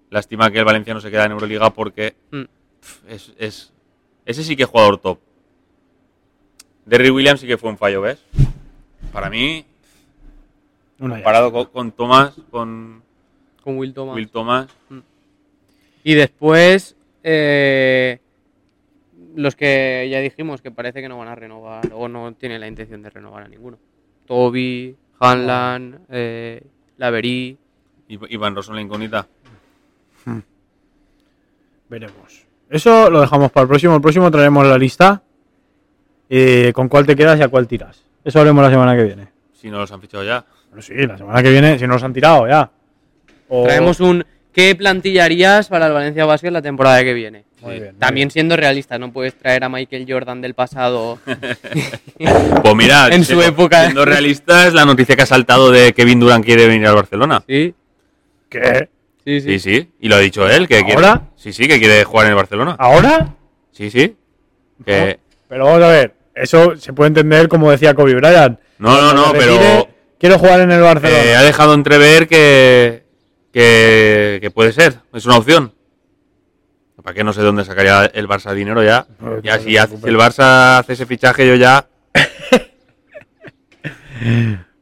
[SPEAKER 3] Lástima que el Valencia no se queda en Euroliga porque
[SPEAKER 2] Mm.
[SPEAKER 3] pf, es, es- ese sí que es jugador top. Derry Williams sí que fue un fallo, ¿ves? Para mí,
[SPEAKER 1] Una ya.
[SPEAKER 3] comparado con, con Thomas, con
[SPEAKER 2] Con Will Thomas.
[SPEAKER 3] Will Thomas,
[SPEAKER 2] Y después, eh, los que ya dijimos que parece que no van a renovar o no tienen la intención de renovar a ninguno. Toby, Hanlan, eh, Laverí.
[SPEAKER 3] y y Van Rossum la incógnita.
[SPEAKER 1] Veremos. Eso lo dejamos para el próximo. El próximo traeremos la lista. eh, con cuál te quedas y a cuál tiras. Eso haremos la semana que viene.
[SPEAKER 3] Si no los han fichado ya.
[SPEAKER 1] Bueno, sí, la semana que viene, si no nos han tirado ya. O-
[SPEAKER 2] Traemos un ¿qué plantillarías para el Valencia Basket la temporada que viene?
[SPEAKER 1] Muy bien, muy
[SPEAKER 2] También siendo realistas, no puedes traer a Michael Jordan del pasado.
[SPEAKER 3] Pues mira,
[SPEAKER 2] En su
[SPEAKER 3] siendo-
[SPEAKER 2] época.
[SPEAKER 3] Siendo realistas, la noticia que ha saltado de Kevin Durant quiere venir al Barcelona.
[SPEAKER 2] ¿Sí?
[SPEAKER 1] ¿Qué?
[SPEAKER 2] Sí, sí.
[SPEAKER 3] Sí, sí. Y lo ha dicho él, que quiere.
[SPEAKER 1] ¿Ahora? Ah.
[SPEAKER 3] Sí, sí, que quiere jugar en el Barcelona.
[SPEAKER 1] ¿Ahora?
[SPEAKER 3] Sí, sí. Que.
[SPEAKER 1] Pero vamos a ver. Eso se puede entender como decía Kobe Bryant.
[SPEAKER 3] No, no, no,
[SPEAKER 1] Cuando
[SPEAKER 3] pero.
[SPEAKER 1] retire, Quiero jugar en el Barcelona.
[SPEAKER 3] eh, ha dejado entrever que, que. que puede ser. Es una opción. Para que no sé dónde sacaría el Barça dinero ya.
[SPEAKER 1] No,
[SPEAKER 3] Ya
[SPEAKER 1] no
[SPEAKER 3] si,
[SPEAKER 1] te
[SPEAKER 3] hace-
[SPEAKER 1] preocupes.
[SPEAKER 3] si el Barça hace ese fichaje, yo ya.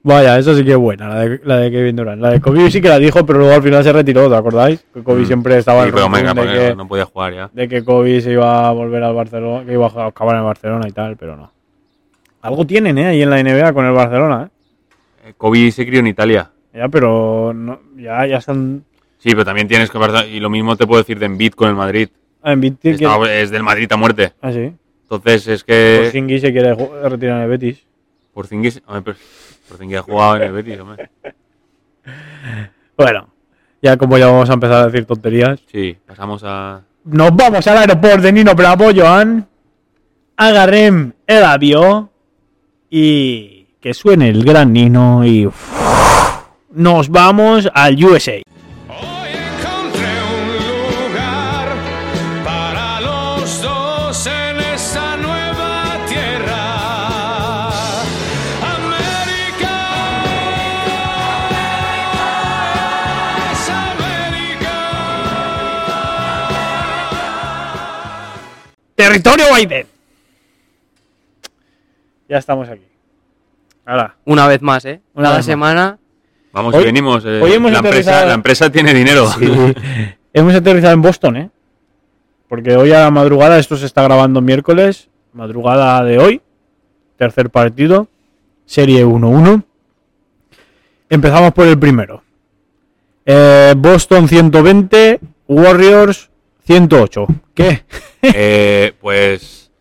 [SPEAKER 1] Vaya, eso sí que es buena, la de, la de Kevin Durant. La de Kobe sí que la dijo, pero luego al final se retiró, ¿te acordáis? Que Kobe siempre estaba
[SPEAKER 3] Mm. Sí,
[SPEAKER 1] en
[SPEAKER 3] pero
[SPEAKER 1] el
[SPEAKER 3] venga,
[SPEAKER 1] de,
[SPEAKER 3] porque
[SPEAKER 1] que,
[SPEAKER 3] no podía jugar ya.
[SPEAKER 1] de que Kobe se iba a volver al Barcelona, que iba a acabar en el Barcelona y tal, pero no. Algo tienen, ¿eh? Ahí en la NBA con el Barcelona,
[SPEAKER 3] Eh, Kobe se crió en Italia.
[SPEAKER 1] ¿eh? Ya, pero no, ya, ya están...
[SPEAKER 3] Sí, pero también tienes que. Y lo mismo te puedo decir de Embiid con el Madrid.
[SPEAKER 1] Ah, en Betis quiere-
[SPEAKER 3] Estaba- es del Madrid a muerte.
[SPEAKER 1] Ah, sí.
[SPEAKER 3] Entonces es que.
[SPEAKER 1] Porzingis se quiere ju- retirar en el Betis.
[SPEAKER 3] Porzingis. hombre, pero- Porzingis ha jugado en el Betis, hombre.
[SPEAKER 1] Bueno, ya como ya vamos a empezar a decir tonterías.
[SPEAKER 3] Sí, pasamos a.
[SPEAKER 1] Nos vamos al aeropuerto de Nino Bravo, Joan. Agarrem el avión y que suene el gran Nino y nos vamos al USA.
[SPEAKER 4] Hoy encontré un lugar para los dos en esa nueva tierra. América es América.
[SPEAKER 1] Territorio Biden. Ya estamos aquí. Ahora,
[SPEAKER 2] Una vez más, ¿eh?
[SPEAKER 1] Una
[SPEAKER 2] Cada
[SPEAKER 1] vez más.
[SPEAKER 2] semana.
[SPEAKER 3] Vamos
[SPEAKER 1] Hoy-
[SPEAKER 3] y venimos. eh,
[SPEAKER 1] hoy hemos
[SPEAKER 3] la, empresa,
[SPEAKER 1] aterrizado-
[SPEAKER 3] la empresa tiene dinero.
[SPEAKER 1] hemos aterrizado en Boston, ¿eh? Porque hoy a la madrugada, esto se está grabando miércoles, madrugada de hoy, tercer partido, serie 1-1. Empezamos por el primero. Eh, Boston 120, Warriors 108. ¿Qué?
[SPEAKER 3] Eh, pues.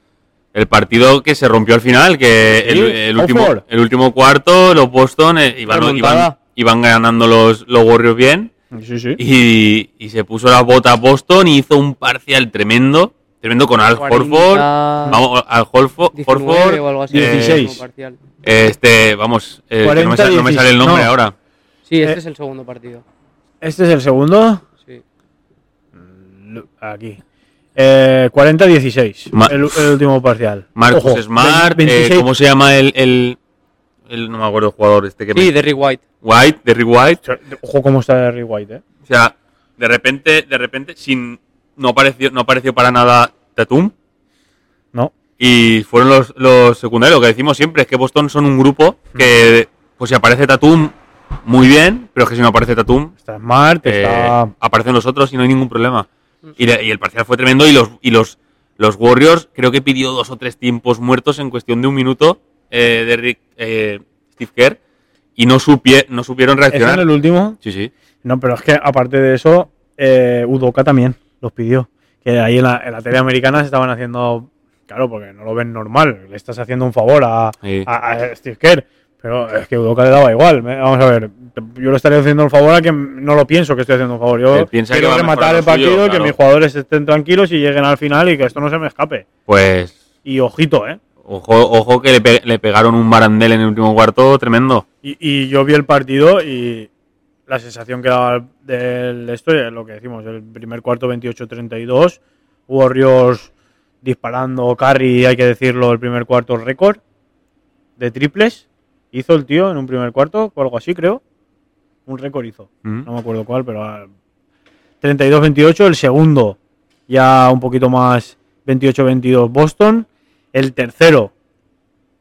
[SPEAKER 3] El partido que se rompió al final, que el,
[SPEAKER 1] Sí,
[SPEAKER 3] el último,
[SPEAKER 1] Horford.
[SPEAKER 3] el último cuarto, los Boston eh, iban, iban,
[SPEAKER 2] Remontada.
[SPEAKER 3] iban ganando los, los Warriors bien.
[SPEAKER 1] Sí, sí.
[SPEAKER 3] Y, y se puso la bota Boston y hizo un parcial tremendo. Tremendo con Al Horford.
[SPEAKER 2] 40,
[SPEAKER 3] Vamos, Al Horford.
[SPEAKER 2] 19
[SPEAKER 3] Horford,
[SPEAKER 2] o algo así.
[SPEAKER 3] eh,
[SPEAKER 1] 16.
[SPEAKER 2] como parcial.
[SPEAKER 3] Este, vamos, eh, que no,
[SPEAKER 1] 40,
[SPEAKER 3] me sale, no me sale el nombre
[SPEAKER 1] no.
[SPEAKER 3] ahora.
[SPEAKER 2] Sí, este
[SPEAKER 1] Eh.
[SPEAKER 2] es el segundo partido.
[SPEAKER 1] Este es el segundo.
[SPEAKER 2] Sí.
[SPEAKER 1] Aquí. Eh, 40-16.
[SPEAKER 3] Ma-
[SPEAKER 1] El, el último parcial.
[SPEAKER 3] Marcus
[SPEAKER 1] Ojo,
[SPEAKER 3] Smart, eh,
[SPEAKER 1] 26
[SPEAKER 3] ¿cómo se llama el, el, el- No me acuerdo el jugador este que
[SPEAKER 2] Sí,
[SPEAKER 3] me-
[SPEAKER 2] Derrick White.
[SPEAKER 3] White, Derrick White.
[SPEAKER 1] Ojo cómo está Derry White, ¿eh?
[SPEAKER 3] O sea, de repente, de repente, sin no apareció, no apareció para nada Tatum.
[SPEAKER 1] No.
[SPEAKER 3] Y fueron los, los secundarios. Lo que decimos siempre es que Boston son un grupo que, pues si aparece Tatum, muy bien, pero es que si no aparece Tatum,
[SPEAKER 1] Está Smart,
[SPEAKER 3] eh,
[SPEAKER 1] está...
[SPEAKER 3] aparecen los otros y no hay ningún problema. Y, la- y el parcial fue tremendo y los y los, los Warriors creo que pidió dos o tres tiempos muertos en cuestión de un minuto eh, de Rick, eh, Steve Kerr y no, supie- no supieron
[SPEAKER 1] ¿Es en
[SPEAKER 3] reaccionar.
[SPEAKER 1] el último?
[SPEAKER 3] Sí, sí.
[SPEAKER 1] No, pero es que aparte de eso, eh, Udoka también los pidió. Que ahí en la, en la tele americana se estaban haciendo... Claro, porque no lo ven normal. Le estás haciendo un favor a,
[SPEAKER 3] Sí.
[SPEAKER 1] a- a Steve Kerr. Pero es que Udoka le daba igual. Me- Vamos a ver, te- yo le estaré haciendo un favor a que no lo pienso que estoy haciendo un favor. Yo
[SPEAKER 3] Él piensa que
[SPEAKER 1] quiero
[SPEAKER 3] va a mejorar
[SPEAKER 1] rematar
[SPEAKER 3] lo
[SPEAKER 1] el partido,
[SPEAKER 3] suyo,
[SPEAKER 1] que
[SPEAKER 3] claro.
[SPEAKER 1] mis jugadores estén tranquilos y lleguen al final y que esto no se me escape.
[SPEAKER 3] Pues
[SPEAKER 1] Y ojito, ¿eh?
[SPEAKER 3] ojo, ojo que le, pe- le pegaron un barandel en el último cuarto tremendo.
[SPEAKER 1] Y, y yo vi el partido y la sensación que daba del esto es lo que decimos, el primer cuarto 28-32, Warriors disparando carry, hay que decirlo, el primer cuarto récord de triples. Hizo el tío en un primer cuarto o algo así, creo. Un récord hizo.
[SPEAKER 3] Mm.
[SPEAKER 1] No me acuerdo cuál, pero ah, 32-28 el segundo. Ya un poquito más 28-22 Boston. El tercero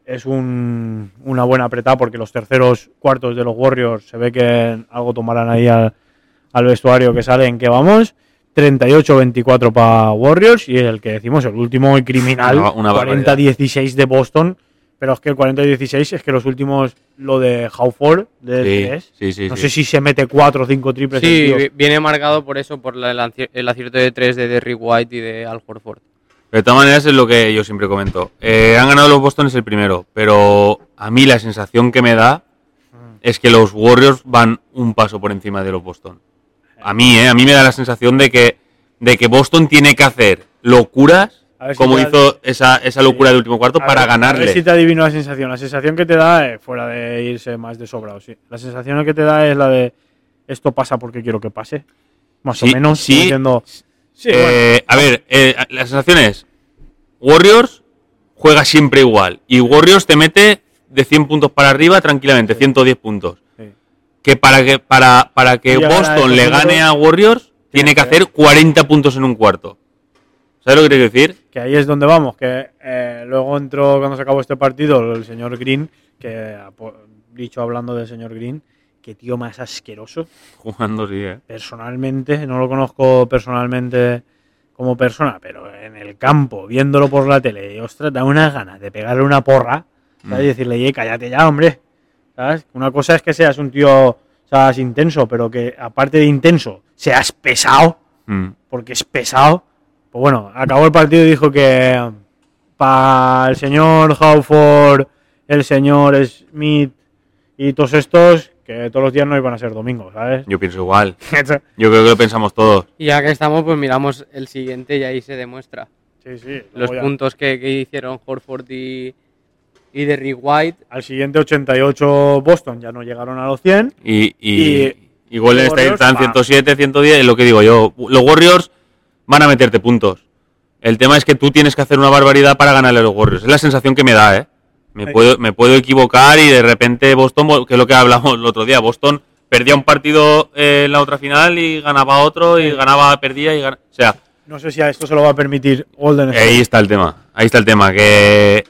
[SPEAKER 1] es un- una buena apretada porque los terceros cuartos de los Warriors se ve que algo tomarán ahí al, al vestuario que salen que vamos. 38-24 para Warriors y el que decimos, el último y criminal,
[SPEAKER 3] Una- una barbaridad.
[SPEAKER 1] 40-16 de Boston. Pero es que el 40-16 es que los últimos, lo de Howford, de
[SPEAKER 3] Sí,
[SPEAKER 1] tres,
[SPEAKER 3] sí, sí, eh,
[SPEAKER 1] no
[SPEAKER 3] sí.
[SPEAKER 1] sé si se mete 4 o 5 triples.
[SPEAKER 2] Sí,
[SPEAKER 1] el tío.
[SPEAKER 2] vi- viene marcado por eso, por la- el aci- el acierto de tres de Derrick White y de Al Horford.
[SPEAKER 3] Pero de todas maneras es lo que yo siempre comento. Eh, han ganado los Boston es el primero, pero a mí la sensación que me da
[SPEAKER 1] Mm.
[SPEAKER 3] es que los Warriors van un paso por encima de los Boston. A mí, ¿eh? A mí me da la sensación de que, de que Boston tiene que hacer locuras,
[SPEAKER 1] A ver si
[SPEAKER 3] como
[SPEAKER 1] ya-
[SPEAKER 3] hizo esa, esa locura del último cuarto,
[SPEAKER 1] A
[SPEAKER 3] para
[SPEAKER 1] ver, A
[SPEAKER 3] ganarle.
[SPEAKER 1] ver si te adivino la sensación. La sensación que te da, eh, fuera de irse más de sobrado, sí. La sensación que te da es la de esto pasa porque quiero que pase. Más
[SPEAKER 3] Sí,
[SPEAKER 1] o menos.
[SPEAKER 3] sí.
[SPEAKER 1] no entiendo. Sí, bueno,
[SPEAKER 3] Eh, a ver, eh, la sensación es, Warriors juega siempre igual y Warriors te mete de 100 puntos para arriba tranquilamente, 110 puntos.
[SPEAKER 1] sí.
[SPEAKER 3] que para que para, para que
[SPEAKER 1] Y ganar
[SPEAKER 3] Boston
[SPEAKER 1] el
[SPEAKER 3] le
[SPEAKER 1] primero,
[SPEAKER 3] gane a Warriors tiene que hacer 40 puntos en un cuarto. ¿Sabes lo que quiero decir?
[SPEAKER 1] Que ahí es donde vamos. Que eh, luego entró, cuando se acabó este partido, el señor Green, que ha po- dicho hablando del señor Green, que tío más asqueroso.
[SPEAKER 3] Jugando sí, eh.
[SPEAKER 1] personalmente, no lo conozco personalmente como persona, pero en el campo, viéndolo por la tele, y, ostras, da unas ganas de pegarle una porra ¿sabes? y
[SPEAKER 3] Mm.
[SPEAKER 1] decirle, "Ye, cállate ya, hombre. ¿Sabes? Una cosa es que seas un tío, seas intenso, pero que aparte de intenso, seas pesado,
[SPEAKER 3] Mm.
[SPEAKER 1] porque es pesado. Pues bueno, acabó el partido y dijo que para el señor Howford, el señor Smith y todos estos, que todos los días no iban a ser domingos, ¿sabes?
[SPEAKER 3] Yo pienso igual. Yo creo que lo pensamos todos.
[SPEAKER 2] Y ya que estamos, pues miramos el siguiente y ahí se demuestra
[SPEAKER 1] Sí, sí.
[SPEAKER 2] los
[SPEAKER 1] luego ya.
[SPEAKER 2] puntos que, que hicieron Horford y, y Derrick White.
[SPEAKER 1] Al siguiente 88 Boston ya no llegaron a los 100.
[SPEAKER 3] Y, y,
[SPEAKER 1] Y-
[SPEAKER 3] y Golden State
[SPEAKER 1] Warriors,
[SPEAKER 3] están
[SPEAKER 1] pa.
[SPEAKER 3] 107, 110, es lo que digo yo. Los Warriors van a meterte puntos. El tema es que tú tienes que hacer una barbaridad para ganarle a los Warriors. Es la sensación que me da, ¿eh? Me
[SPEAKER 1] Ay.
[SPEAKER 3] puedo, me puedo equivocar y de repente Boston, que es lo que hablamos el otro día, Boston perdía un partido eh, en la otra final y ganaba otro y ganaba, perdía y ganaba. O sea,
[SPEAKER 1] No sé si a esto se lo va a permitir Golden State.
[SPEAKER 3] ahí está el tema. Ahí está el tema, que,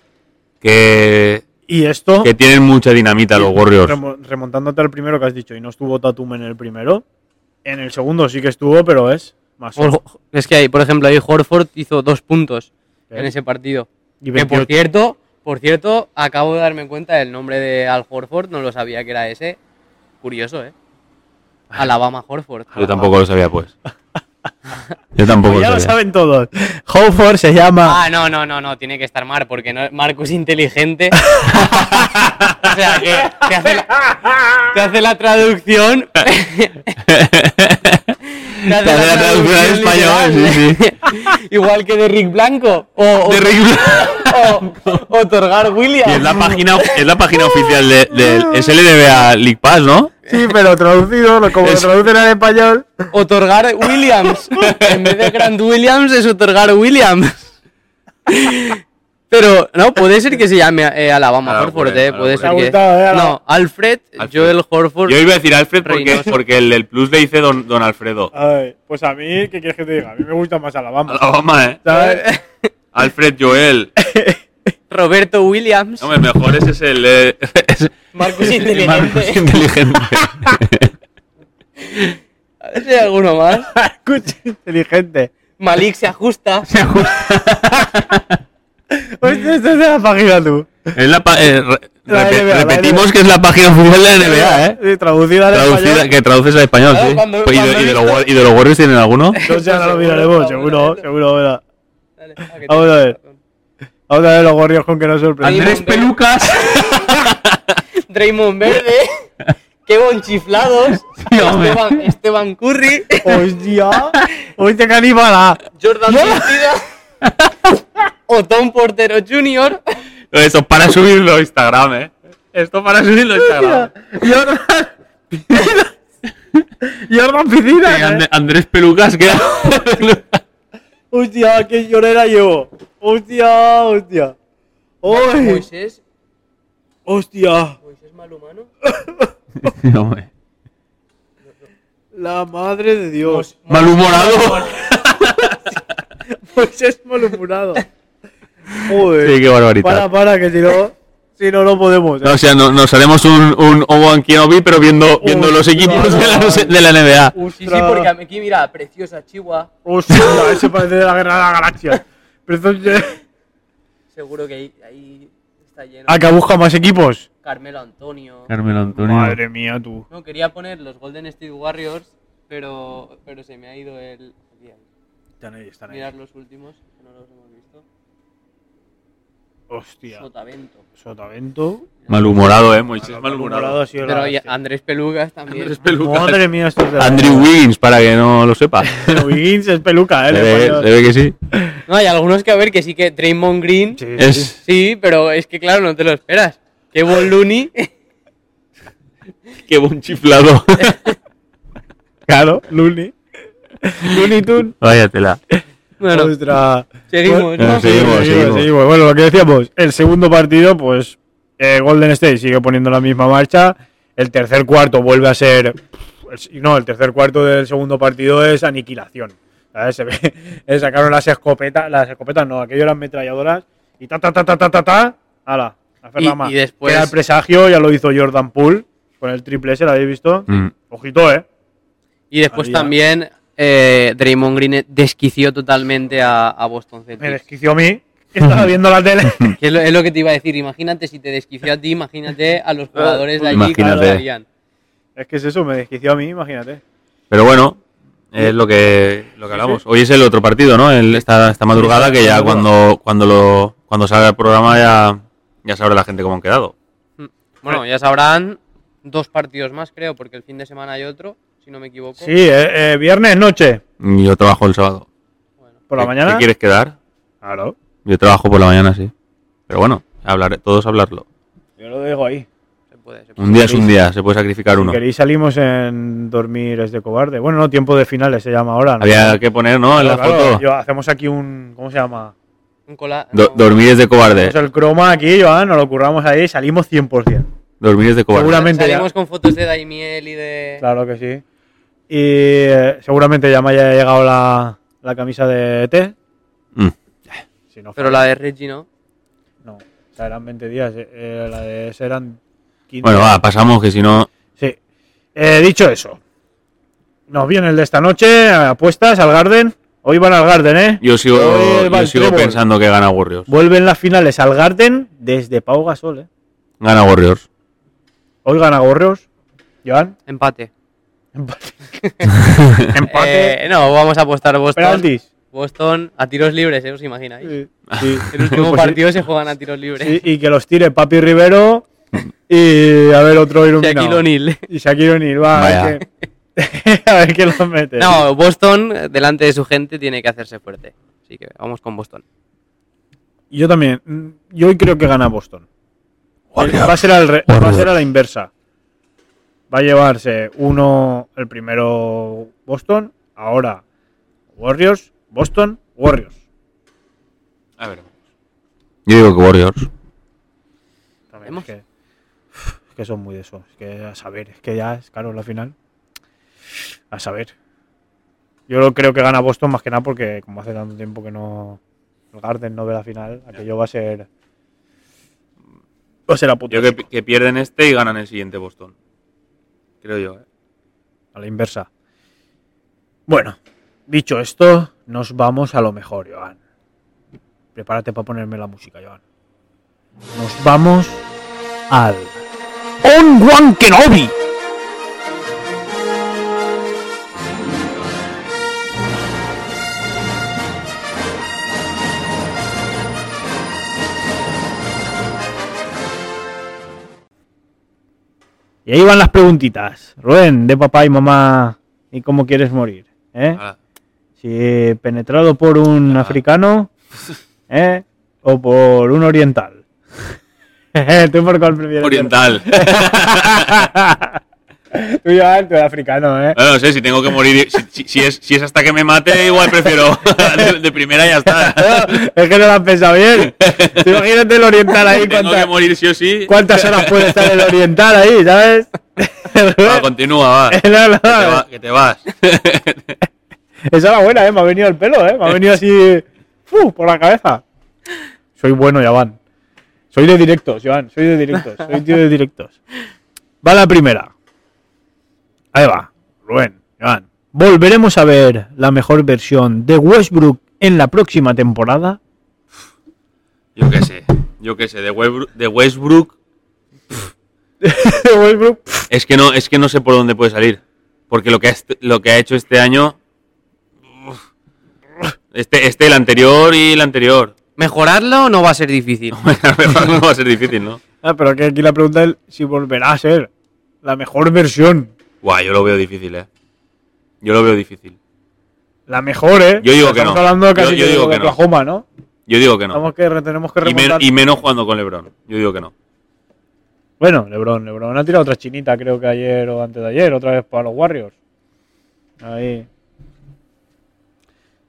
[SPEAKER 3] que,
[SPEAKER 1] Y esto,
[SPEAKER 3] que tienen mucha dinamita los Warriors.
[SPEAKER 1] remo- remontándote al primero que has dicho, y no estuvo Tatum en el primero. En el segundo sí que estuvo, pero es más.
[SPEAKER 2] Hor- Es que ahí, por ejemplo, ahí Horford hizo dos puntos
[SPEAKER 1] ¿eh?
[SPEAKER 2] en ese partido.
[SPEAKER 1] y
[SPEAKER 2] Que
[SPEAKER 1] 28.
[SPEAKER 2] por cierto, por cierto, acabo de darme cuenta del nombre de Al Horford, no lo sabía que era ese. Curioso, ¿eh? Alabama Horford.
[SPEAKER 3] Yo tampoco lo sabía, pues. Yo tampoco
[SPEAKER 1] ya
[SPEAKER 3] lo
[SPEAKER 1] lo
[SPEAKER 3] sabía.
[SPEAKER 1] saben todos. Howford se llama.
[SPEAKER 2] Ah, no, no, no, no, tiene que estar Mar, porque no, Marco es inteligente. o sea, que te hace la, te hace la traducción. te
[SPEAKER 3] Te hace la traducción al español, sí,
[SPEAKER 2] sí. Igual que de Rick Blanco. O, o,
[SPEAKER 3] Terrible.
[SPEAKER 2] o- o Torgar Williams.
[SPEAKER 3] Y es la página, es la página oficial de, del- es el NBA League Pass, ¿no?
[SPEAKER 1] Sí, pero traducido, lo- como lo
[SPEAKER 3] Es-
[SPEAKER 1] traducen al español.
[SPEAKER 2] Otorgar Williams. En vez de Grant Williams es Otorgar Williams. Pero, no, puede ser que se llame eh, Alabama
[SPEAKER 3] Ah,
[SPEAKER 2] Horford,
[SPEAKER 3] bueno,
[SPEAKER 2] eh.
[SPEAKER 3] ah,
[SPEAKER 2] Puede
[SPEAKER 3] bueno.
[SPEAKER 1] Me
[SPEAKER 2] ser
[SPEAKER 1] ha
[SPEAKER 2] que.
[SPEAKER 1] gustado, eh, Alabama.
[SPEAKER 2] No, Alfred,
[SPEAKER 3] Alfred.
[SPEAKER 2] Joel Horford.
[SPEAKER 3] Yo iba a decir Alfred porque,
[SPEAKER 2] Reynoso.
[SPEAKER 3] porque el del Plus le dice Don, don Alfredo.
[SPEAKER 1] Ay, pues a mí, ¿qué quieres que te diga? A mí me gusta más Alabama.
[SPEAKER 3] Alabama, ¿eh?
[SPEAKER 1] ¿sabes?
[SPEAKER 3] Alfred Joel.
[SPEAKER 2] Roberto Williams.
[SPEAKER 3] Hombre, mejor ese es el. eh, ese-
[SPEAKER 2] Marcus
[SPEAKER 3] ese-
[SPEAKER 2] inteligente.
[SPEAKER 3] Marcus inteligente.
[SPEAKER 2] A ver si hay alguno más.
[SPEAKER 1] Escucha, inteligente.
[SPEAKER 2] Malik se ajusta.
[SPEAKER 1] Hostia, esta Pues es de la página tú.
[SPEAKER 3] Es la pa- eh, re-
[SPEAKER 1] La
[SPEAKER 3] repe-
[SPEAKER 1] NBA, la
[SPEAKER 3] repetimos
[SPEAKER 1] NBA.
[SPEAKER 3] que es la página oficial de la NBA, ¿eh?
[SPEAKER 1] Sí, traducida al
[SPEAKER 3] Traducida,
[SPEAKER 1] español.
[SPEAKER 3] que traduces al español,
[SPEAKER 2] Claro,
[SPEAKER 3] sí.
[SPEAKER 2] cuando-
[SPEAKER 3] Pues, ¿y, de,
[SPEAKER 2] cuando
[SPEAKER 3] y de
[SPEAKER 2] he
[SPEAKER 3] los,
[SPEAKER 2] visto-
[SPEAKER 3] War- ¿Y de los Warriors tienen alguno?
[SPEAKER 1] No sé, ahora lo miraremos, seguro, seguro, verá.
[SPEAKER 2] Dale, ah, que
[SPEAKER 1] Vamos a ver.
[SPEAKER 2] tienes razón.
[SPEAKER 1] Vamos a ver los gorrios con que nos sorprende.
[SPEAKER 2] Andrés
[SPEAKER 3] Pelucas.
[SPEAKER 2] Draymond Verde. Kevon Chiflados.
[SPEAKER 3] Sí, hombre.
[SPEAKER 2] Esteban, Esteban Curry.
[SPEAKER 1] ¡Hostia! ¡Hostia, caníbala!
[SPEAKER 2] Jordan Santida. Otón Portero Jr.
[SPEAKER 3] Eso para subirlo a Instagram, ¿eh? Esto para subirlo a Instagram.
[SPEAKER 1] Jordan Piscinas. Jordan Piscinas.
[SPEAKER 3] And- Andrés Pelucas, que era-
[SPEAKER 1] ¡Hostia, qué llorera llevo! ¡Hostia, hostia! ¡Uy!
[SPEAKER 2] Moisés,
[SPEAKER 1] ¡Hostia!
[SPEAKER 2] Moisés malhumano.
[SPEAKER 3] No, hombre.
[SPEAKER 1] ¡La madre de Dios!
[SPEAKER 3] ¡Malhumorado!
[SPEAKER 1] Pues es malhumorado. Joder.
[SPEAKER 3] Sí, qué barbaridad.
[SPEAKER 1] Para, para, que si no, si no, no podemos. ¿eh?
[SPEAKER 3] No, o sea, no- nos haremos un, un Owen Kenobi, pero viendo, viendo los equipos de la, de la NBA.
[SPEAKER 2] Sí, sí, porque aquí mira, preciosa Chihuahua.
[SPEAKER 1] Hostia, ese parece de la guerra de la galaxia. Pero entonces-
[SPEAKER 2] Seguro que ahí, ahí está lleno.
[SPEAKER 1] Ah, que busca más equipos.
[SPEAKER 2] Carmelo Antonio.
[SPEAKER 3] Carmelo Antonio.
[SPEAKER 1] Madre mía, tú.
[SPEAKER 2] No, quería poner los Golden State Warriors, pero, pero se me ha ido el. Mira,
[SPEAKER 1] Están ahí, están ahí.
[SPEAKER 2] Mirar los últimos, que no los hemos visto.
[SPEAKER 1] Hostia.
[SPEAKER 2] Sotavento.
[SPEAKER 1] Sotavento.
[SPEAKER 3] Malhumorado, eh, Moisés
[SPEAKER 1] Malhumorado
[SPEAKER 3] malhumorado.
[SPEAKER 1] ha sido la
[SPEAKER 2] Pero y
[SPEAKER 1] hostia.
[SPEAKER 2] Andrés Pelugas también.
[SPEAKER 3] Andrés Pelucas.
[SPEAKER 1] Madre mía, esto es de la-
[SPEAKER 3] Andrew Wiggins, para que no lo sepa.
[SPEAKER 1] Pero Wiggins es peluca,
[SPEAKER 3] Se
[SPEAKER 1] eh. le
[SPEAKER 3] ve,
[SPEAKER 1] ponía-
[SPEAKER 3] se ve que sí.
[SPEAKER 2] No, hay algunos que a ver que sí que Draymond Green.
[SPEAKER 1] Sí, sí, sí.
[SPEAKER 3] Es,
[SPEAKER 2] Sí, pero es que claro, no te lo esperas. Que Von Looney.
[SPEAKER 3] Qué buen chiflado.
[SPEAKER 1] Claro, Looney. Looney Tunes.
[SPEAKER 3] Vaya tela.
[SPEAKER 2] bueno,
[SPEAKER 1] Ostras.
[SPEAKER 2] seguimos, ¿no?
[SPEAKER 3] Eh, seguimos, seguimos.
[SPEAKER 1] Bueno, lo que decíamos, el segundo partido, pues eh, Golden State sigue poniendo la misma marcha. El tercer cuarto vuelve a ser. pff, el- No, el tercer cuarto del segundo partido es aniquilación. ¿sabes? Se ve- eh, sacaron las escopetas, las escopetas no, aquello eran metralladoras. Y ta, ta, ta, ta, ta, ta, ta. Ala, a hacer
[SPEAKER 2] Y-
[SPEAKER 1] la más.
[SPEAKER 2] y después-
[SPEAKER 1] Era el presagio, ya lo hizo Jordan Poole con el triple S, ¿lo habéis visto?
[SPEAKER 3] Mm.
[SPEAKER 1] Ojito, ¿eh?
[SPEAKER 2] Y después
[SPEAKER 1] Había-
[SPEAKER 2] también eh, Draymond Green desquició totalmente a, a Boston
[SPEAKER 1] Me
[SPEAKER 2] Celtics.
[SPEAKER 1] desquició a mí, que estaba viendo la tele.
[SPEAKER 2] Que es, lo, es lo que te iba a decir. Imagínate si te desquició a ti, imagínate a
[SPEAKER 1] Ah,
[SPEAKER 2] los jugadores de allí
[SPEAKER 3] Imagínate.
[SPEAKER 2] que lo harían.
[SPEAKER 1] es que es eso, me desquició a mí, imagínate.
[SPEAKER 3] Pero bueno, es lo que, lo que hablamos. Hoy es el otro partido, ¿no? El- esta, esta madrugada que ya cuando, cuando, lo, cuando salga el programa ya, ya sabrá la gente cómo han quedado.
[SPEAKER 2] Bueno, ya sabrán dos partidos más, creo, porque el fin de semana hay otro, si no me equivoco.
[SPEAKER 1] Sí, eh, eh, viernes noche.
[SPEAKER 3] Y Yo trabajo el sábado.
[SPEAKER 2] Bueno,
[SPEAKER 1] ¿Por la
[SPEAKER 3] ¿Te-
[SPEAKER 1] mañana?
[SPEAKER 3] ¿Te quieres quedar?
[SPEAKER 1] Claro.
[SPEAKER 3] Yo trabajo por la mañana, sí. Pero bueno, hablar, todos hablarlo.
[SPEAKER 1] Yo lo dejo ahí.
[SPEAKER 2] se puede, se puede.
[SPEAKER 3] Un día es un día, se puede sacrificar
[SPEAKER 1] Si
[SPEAKER 3] uno.
[SPEAKER 1] queréis salimos en Dormir es de cobarde. Bueno, no, tiempo de finales se llama ahora. ¿no?
[SPEAKER 3] Había que poner, ¿no? En la
[SPEAKER 1] Claro,
[SPEAKER 3] foto.
[SPEAKER 1] yo- hacemos aquí un... ¿Cómo se llama?
[SPEAKER 2] Un cola-
[SPEAKER 3] Do-
[SPEAKER 2] no.
[SPEAKER 3] dormir es de cobarde.
[SPEAKER 1] Hacemos el croma aquí, Joan, nos lo curramos ahí, salimos 100%.
[SPEAKER 3] Dormir es de cobarde.
[SPEAKER 1] Seguramente ya-
[SPEAKER 2] Salimos con fotos de Daimiel y de.
[SPEAKER 1] Claro que sí. Y eh, seguramente ya me haya llegado la, la camisa de E T.
[SPEAKER 3] Mm.
[SPEAKER 1] Si no,
[SPEAKER 2] Pero la de Reggie no.
[SPEAKER 1] no. Serán 20 días. eh, eh, la de serán 15.
[SPEAKER 3] Bueno, va, pasamos que si no.
[SPEAKER 1] Sí. Eh, dicho eso, nos viene el de esta noche, apuestas al Garden. Hoy van al Garden, ¿eh?
[SPEAKER 3] Yo sigo,
[SPEAKER 1] Hoy va
[SPEAKER 3] yo
[SPEAKER 1] el
[SPEAKER 3] sigo
[SPEAKER 1] Trébol.
[SPEAKER 3] pensando que gana Warriors.
[SPEAKER 1] Vuelven las finales al Garden desde Pau Gasol, ¿eh?
[SPEAKER 3] Gana Warriors.
[SPEAKER 1] Hoy gana Gorreos. Joan,
[SPEAKER 2] Empate.
[SPEAKER 1] empate. empate.
[SPEAKER 2] Eh, no, vamos a apostar Boston.
[SPEAKER 1] penaltis.
[SPEAKER 2] Boston a tiros libres, ¿eh? ¿Os imagináis?
[SPEAKER 1] Sí, sí.
[SPEAKER 2] El último
[SPEAKER 1] Pues sí,
[SPEAKER 2] partido se juegan a tiros libres.
[SPEAKER 1] sí, y que los tire Papi Rivero y a ver otro iluminado.
[SPEAKER 2] Shaquille O'Neal.
[SPEAKER 1] Y Shaquille O'Neal, va. A
[SPEAKER 3] Vaya.
[SPEAKER 1] ver, qué- a ver quién los mete.
[SPEAKER 2] No, Boston, eh, delante de su gente, tiene que hacerse fuerte. Así que vamos con Boston.
[SPEAKER 1] Yo también. Mm, Yo hoy creo que gana Boston. Eh, Va a ser, al re- va a ser a la inversa. Va a llevarse uno, el primero Boston, ahora Warriors, Boston, Warriors.
[SPEAKER 3] A ver. Yo digo que Warriors.
[SPEAKER 1] También
[SPEAKER 2] Vemos.
[SPEAKER 1] es que, es que son muy de eso. Es que a saber, es que ya es claro la final. A saber. Yo lo- creo que gana Boston más que nada porque como hace tanto tiempo que no el Garden no ve la final, aquello va a ser va a ser a puto
[SPEAKER 3] Yo que, que pierden este y ganan el siguiente Boston. Creo yo. ¿eh?
[SPEAKER 1] a la inversa. Bueno, dicho esto, nos vamos a lo mejor, Joan. Prepárate para ponerme la música, Joan. Nos vamos al On One Kenobi. Y ahí van las preguntitas. Rubén, de papá y mamá, ¿y cómo quieres morir? ¿Eh?
[SPEAKER 3] Ala.
[SPEAKER 1] Si penetrado por
[SPEAKER 3] Ah.
[SPEAKER 1] un africano, ¿eh? O por un oriental. ¿Tú por cuál prefieres?
[SPEAKER 3] Oriental.
[SPEAKER 1] Tú ya, tú eres africano, ¿eh?
[SPEAKER 3] No, no sé, si tengo que morir, si, si- si es, si es hasta que me mate, igual prefiero de, de primera y ya está.
[SPEAKER 1] Es que no lo has pensado bien. Tú Imagínate el oriental ahí.
[SPEAKER 3] tengo que
[SPEAKER 1] cuántas-
[SPEAKER 3] morir sí o sí.
[SPEAKER 1] ¿Cuántas horas puede estar el oriental ahí, sabes?
[SPEAKER 3] Va, Ah, continúa, va. Que
[SPEAKER 1] No, no,
[SPEAKER 3] te, va- que te vas.
[SPEAKER 1] Esa era buena, ¿eh? Me ha venido el pelo, ¿eh? Me ha venido así ¡fu! por la cabeza. Soy bueno, Yaván. Soy de directos, Joan. Soy de directos. Soy tío de directos. Va la primera. Ahí va. Rubén, Joan. ¿Volveremos a ver la mejor versión de Westbrook en la próxima temporada?
[SPEAKER 3] Yo qué sé, yo qué sé, de Westbrook, de Westbrook
[SPEAKER 1] De Westbrook.
[SPEAKER 3] es que no, es que no sé por dónde puede salir. Porque lo que ha, est- lo que ha hecho este año. uf, Este, este, el anterior y el anterior.
[SPEAKER 2] Mejorarlo no va a ser difícil.
[SPEAKER 3] A lo mejor no va a ser difícil, ¿no?
[SPEAKER 1] Ah, pero que aquí la pregunta es si volverá a ser la mejor versión.
[SPEAKER 3] Guau, yo lo veo difícil, eh. Yo lo veo difícil.
[SPEAKER 1] La mejor, ¿eh?
[SPEAKER 3] Yo digo que
[SPEAKER 1] Estamos
[SPEAKER 3] no.
[SPEAKER 1] hablando casi
[SPEAKER 3] Yo- yo
[SPEAKER 1] que
[SPEAKER 3] digo
[SPEAKER 1] de
[SPEAKER 3] que no.
[SPEAKER 1] Oklahoma, ¿no?
[SPEAKER 3] Yo digo que no.
[SPEAKER 1] Vamos que re- tenemos que
[SPEAKER 3] Y, men-
[SPEAKER 1] remontar.
[SPEAKER 3] y menos jugando con LeBron. Yo digo que no.
[SPEAKER 1] Bueno, Lebron, Lebron ha tirado otra chinita, creo que ayer o antes de ayer, otra vez para los Warriors. Ahí.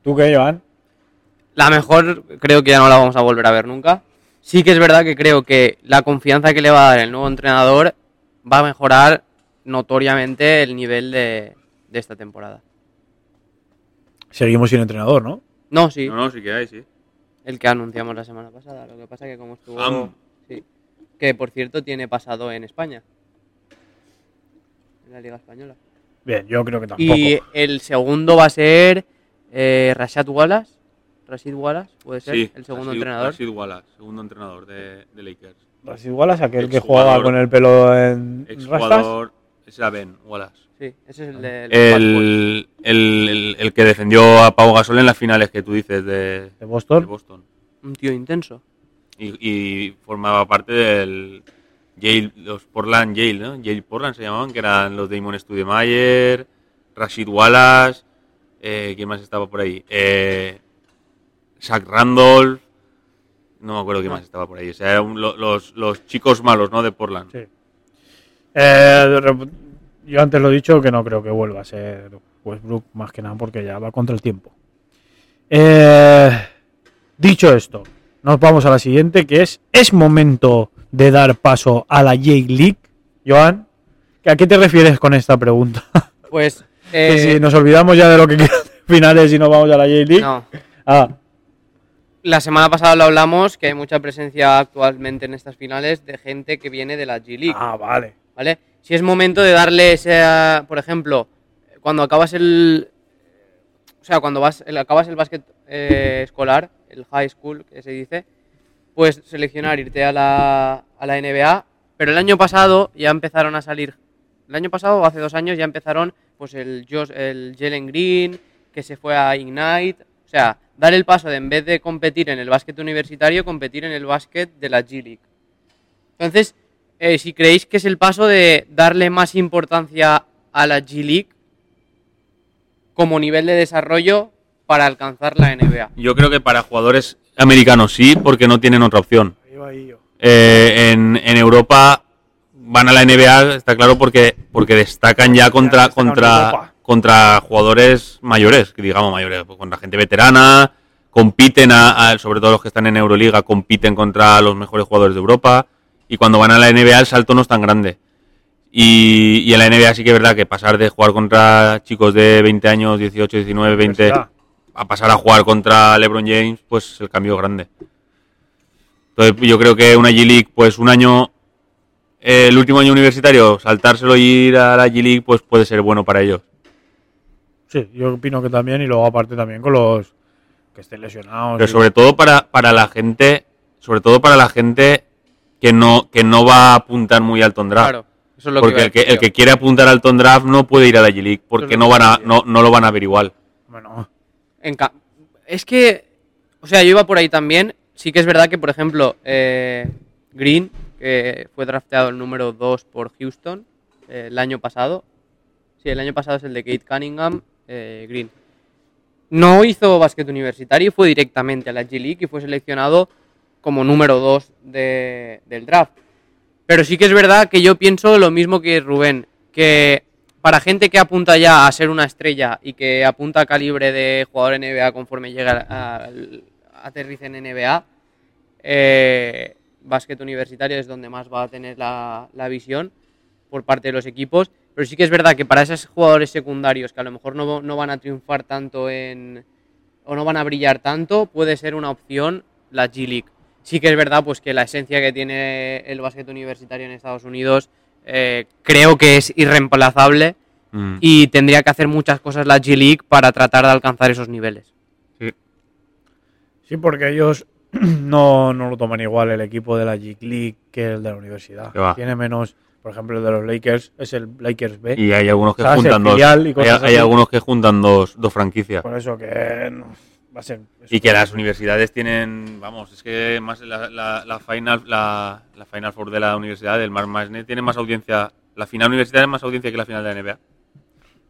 [SPEAKER 1] ¿Tú qué, Joan?
[SPEAKER 2] La mejor creo que ya no la vamos a volver a ver nunca. Sí que es verdad que creo que la confianza que le va a dar el nuevo entrenador va a mejorar notoriamente el nivel de, de esta temporada.
[SPEAKER 1] Seguimos sin entrenador, ¿no?
[SPEAKER 2] No, sí,
[SPEAKER 3] No, no, sí que hay, sí.
[SPEAKER 2] el que anunciamos la semana pasada. Lo que pasa que como estuvo...
[SPEAKER 3] Am.
[SPEAKER 2] Sí. Que por cierto tiene pasado en España. En la Liga Española.
[SPEAKER 1] Bien, yo creo que tampoco.
[SPEAKER 2] Y el segundo va a ser eh, Rashad Wallace. Rashid Wallace, puede ser,
[SPEAKER 3] Sí,
[SPEAKER 2] el segundo
[SPEAKER 3] Rashid-
[SPEAKER 2] entrenador.
[SPEAKER 3] Rashid Wallace, segundo entrenador de, de Lakers.
[SPEAKER 1] Rashid Wallace, aquel que
[SPEAKER 3] Exjugador.
[SPEAKER 1] jugaba con el pelo en rastas.
[SPEAKER 3] Exjugador. Es Ben Wallace.
[SPEAKER 2] Sí, ese es el del
[SPEAKER 3] Ah. El, el, el- el que defendió a Pau Gasol en las finales que tú dices de,
[SPEAKER 1] De
[SPEAKER 3] de
[SPEAKER 1] Boston.
[SPEAKER 3] Boston.
[SPEAKER 2] Un tío intenso.
[SPEAKER 3] Y, y formaba parte del Yale, los Portland Yale, ¿no? Yale Portland se llamaban, que eran los Damon Studemayer, Rashid Wallace, eh, ¿quién más estaba por ahí? Eh, Zach Randolph, no me acuerdo quién más estaba por ahí. O sea, eran lo- los, los chicos malos, ¿no? De Portland.
[SPEAKER 1] Sí. Eh, re- yo antes lo he dicho que no creo que vuelva a ser Westbrook, más que nada porque ya va contra el tiempo. Eh, dicho esto, nos vamos a la siguiente, que es es momento de dar paso a la J-League. Joan, ¿a qué te refieres con esta pregunta?
[SPEAKER 2] Pues.
[SPEAKER 1] Que
[SPEAKER 2] eh,
[SPEAKER 1] si nos olvidamos ya de lo que quedan de finales y nos vamos a la J-League.
[SPEAKER 2] no.
[SPEAKER 1] Ah,
[SPEAKER 2] La semana pasada lo hablamos que hay mucha presencia actualmente en estas finales de gente que viene de la G-League.
[SPEAKER 1] ah, vale.
[SPEAKER 2] ¿Vale? Si es momento de darle ese. Por ejemplo, cuando acabas el. O sea, cuando vas, el- acabas el básquet eh, escolar, el high school, que se dice, pues seleccionar irte a la, a la NBA. Pero el año pasado ya empezaron a salir. El año pasado o hace dos años ya empezaron pues el, Josh, el Jalen Green, que se fue a Ignite. O sea, dar el paso de en vez de competir en el básquet universitario, competir en el básquet de la G League. Entonces, eh, si creéis que es el paso de darle más importancia a la G League como nivel de desarrollo para alcanzar la NBA.
[SPEAKER 3] Yo creo que para jugadores americanos sí, porque no tienen otra opción.
[SPEAKER 1] Ahí va ahí yo.
[SPEAKER 3] Eh, en, en Europa van a la NBA, está claro, porque, porque destacan ya contra,
[SPEAKER 1] destacan en Europa.
[SPEAKER 3] contra, contra jugadores mayores, que digamos mayores, pues, contra gente veterana, compiten, a, a- sobre todo los que están en Euroliga, compiten contra los mejores jugadores de Europa, y cuando van a la NBA el salto no es tan grande. Y, y en la NBA sí que es verdad que pasar de jugar contra chicos de 20 años, 18, 19, 20,
[SPEAKER 1] Universidad.
[SPEAKER 3] a pasar a jugar contra LeBron James, pues el cambio es grande. Entonces yo creo que una G-League, pues un año, eh, el último año universitario, saltárselo y ir a la G-League, pues puede ser bueno para ellos.
[SPEAKER 1] Sí, yo opino que también, y luego aparte también con los que estén
[SPEAKER 2] Ah,
[SPEAKER 1] lesionados.
[SPEAKER 3] Pero
[SPEAKER 1] y-
[SPEAKER 3] sobre todo para, para la gente, sobre todo para la gente que no, que no va a apuntar muy alto en draft.
[SPEAKER 2] Claro, eso es lo
[SPEAKER 3] Porque
[SPEAKER 2] que, iba a
[SPEAKER 3] el que,
[SPEAKER 2] decir
[SPEAKER 3] el
[SPEAKER 2] yo.
[SPEAKER 3] que quiere apuntar alto en draft no puede ir a la G-League
[SPEAKER 2] Eso
[SPEAKER 3] porque
[SPEAKER 2] es
[SPEAKER 3] no,
[SPEAKER 2] lo que
[SPEAKER 3] van a,
[SPEAKER 2] decía.
[SPEAKER 3] no, no lo van a ver igual.
[SPEAKER 1] Bueno,
[SPEAKER 2] En ca- es que, o sea, yo iba por ahí también. Sí que es verdad que, por ejemplo, eh, Green, que fue drafteado el número 2 por Houston eh, el año pasado. Sí, el año pasado es el de Kate Cunningham, eh, Green. No hizo básquet universitario y fue directamente a la G League y fue seleccionado como número 2 del draft. Pero sí que es verdad que yo pienso lo mismo que Rubén, que para gente que apunta ya a ser una estrella y que apunta a calibre de jugador NBA conforme llega a, al- aterrice en NBA, eh, básquet universitario es donde más va a tener la, la visión por parte de los equipos. Pero sí que es verdad que para esos jugadores secundarios que a lo mejor no, no van a triunfar tanto en, o no van a brillar tanto, puede ser una opción la G League. Sí que es verdad pues que la esencia que tiene el básquet universitario en Estados Unidos eh, creo que es irreemplazable
[SPEAKER 3] Mm.
[SPEAKER 2] y tendría que hacer muchas cosas la G League para tratar de alcanzar esos niveles.
[SPEAKER 1] Sí, porque ellos no, no lo toman igual el equipo de la G League que el de la universidad.
[SPEAKER 3] Que va.
[SPEAKER 1] Tiene menos, por ejemplo, el de los Lakers es el Lakers B.
[SPEAKER 3] Y hay algunos que
[SPEAKER 1] O sea, se
[SPEAKER 3] juntan dos.
[SPEAKER 1] filial y
[SPEAKER 3] Hay,
[SPEAKER 1] cosas
[SPEAKER 3] hay
[SPEAKER 1] así.
[SPEAKER 3] algunos que juntan dos, dos franquicias.
[SPEAKER 1] Por eso que no, va a ser. es
[SPEAKER 3] Y
[SPEAKER 1] un-
[SPEAKER 3] que las universidades tienen, vamos, es que más la, la, la final la, la final four de la universidad, del Mark Masne, tiene más audiencia, la final universidad es más audiencia que la final de la NBA.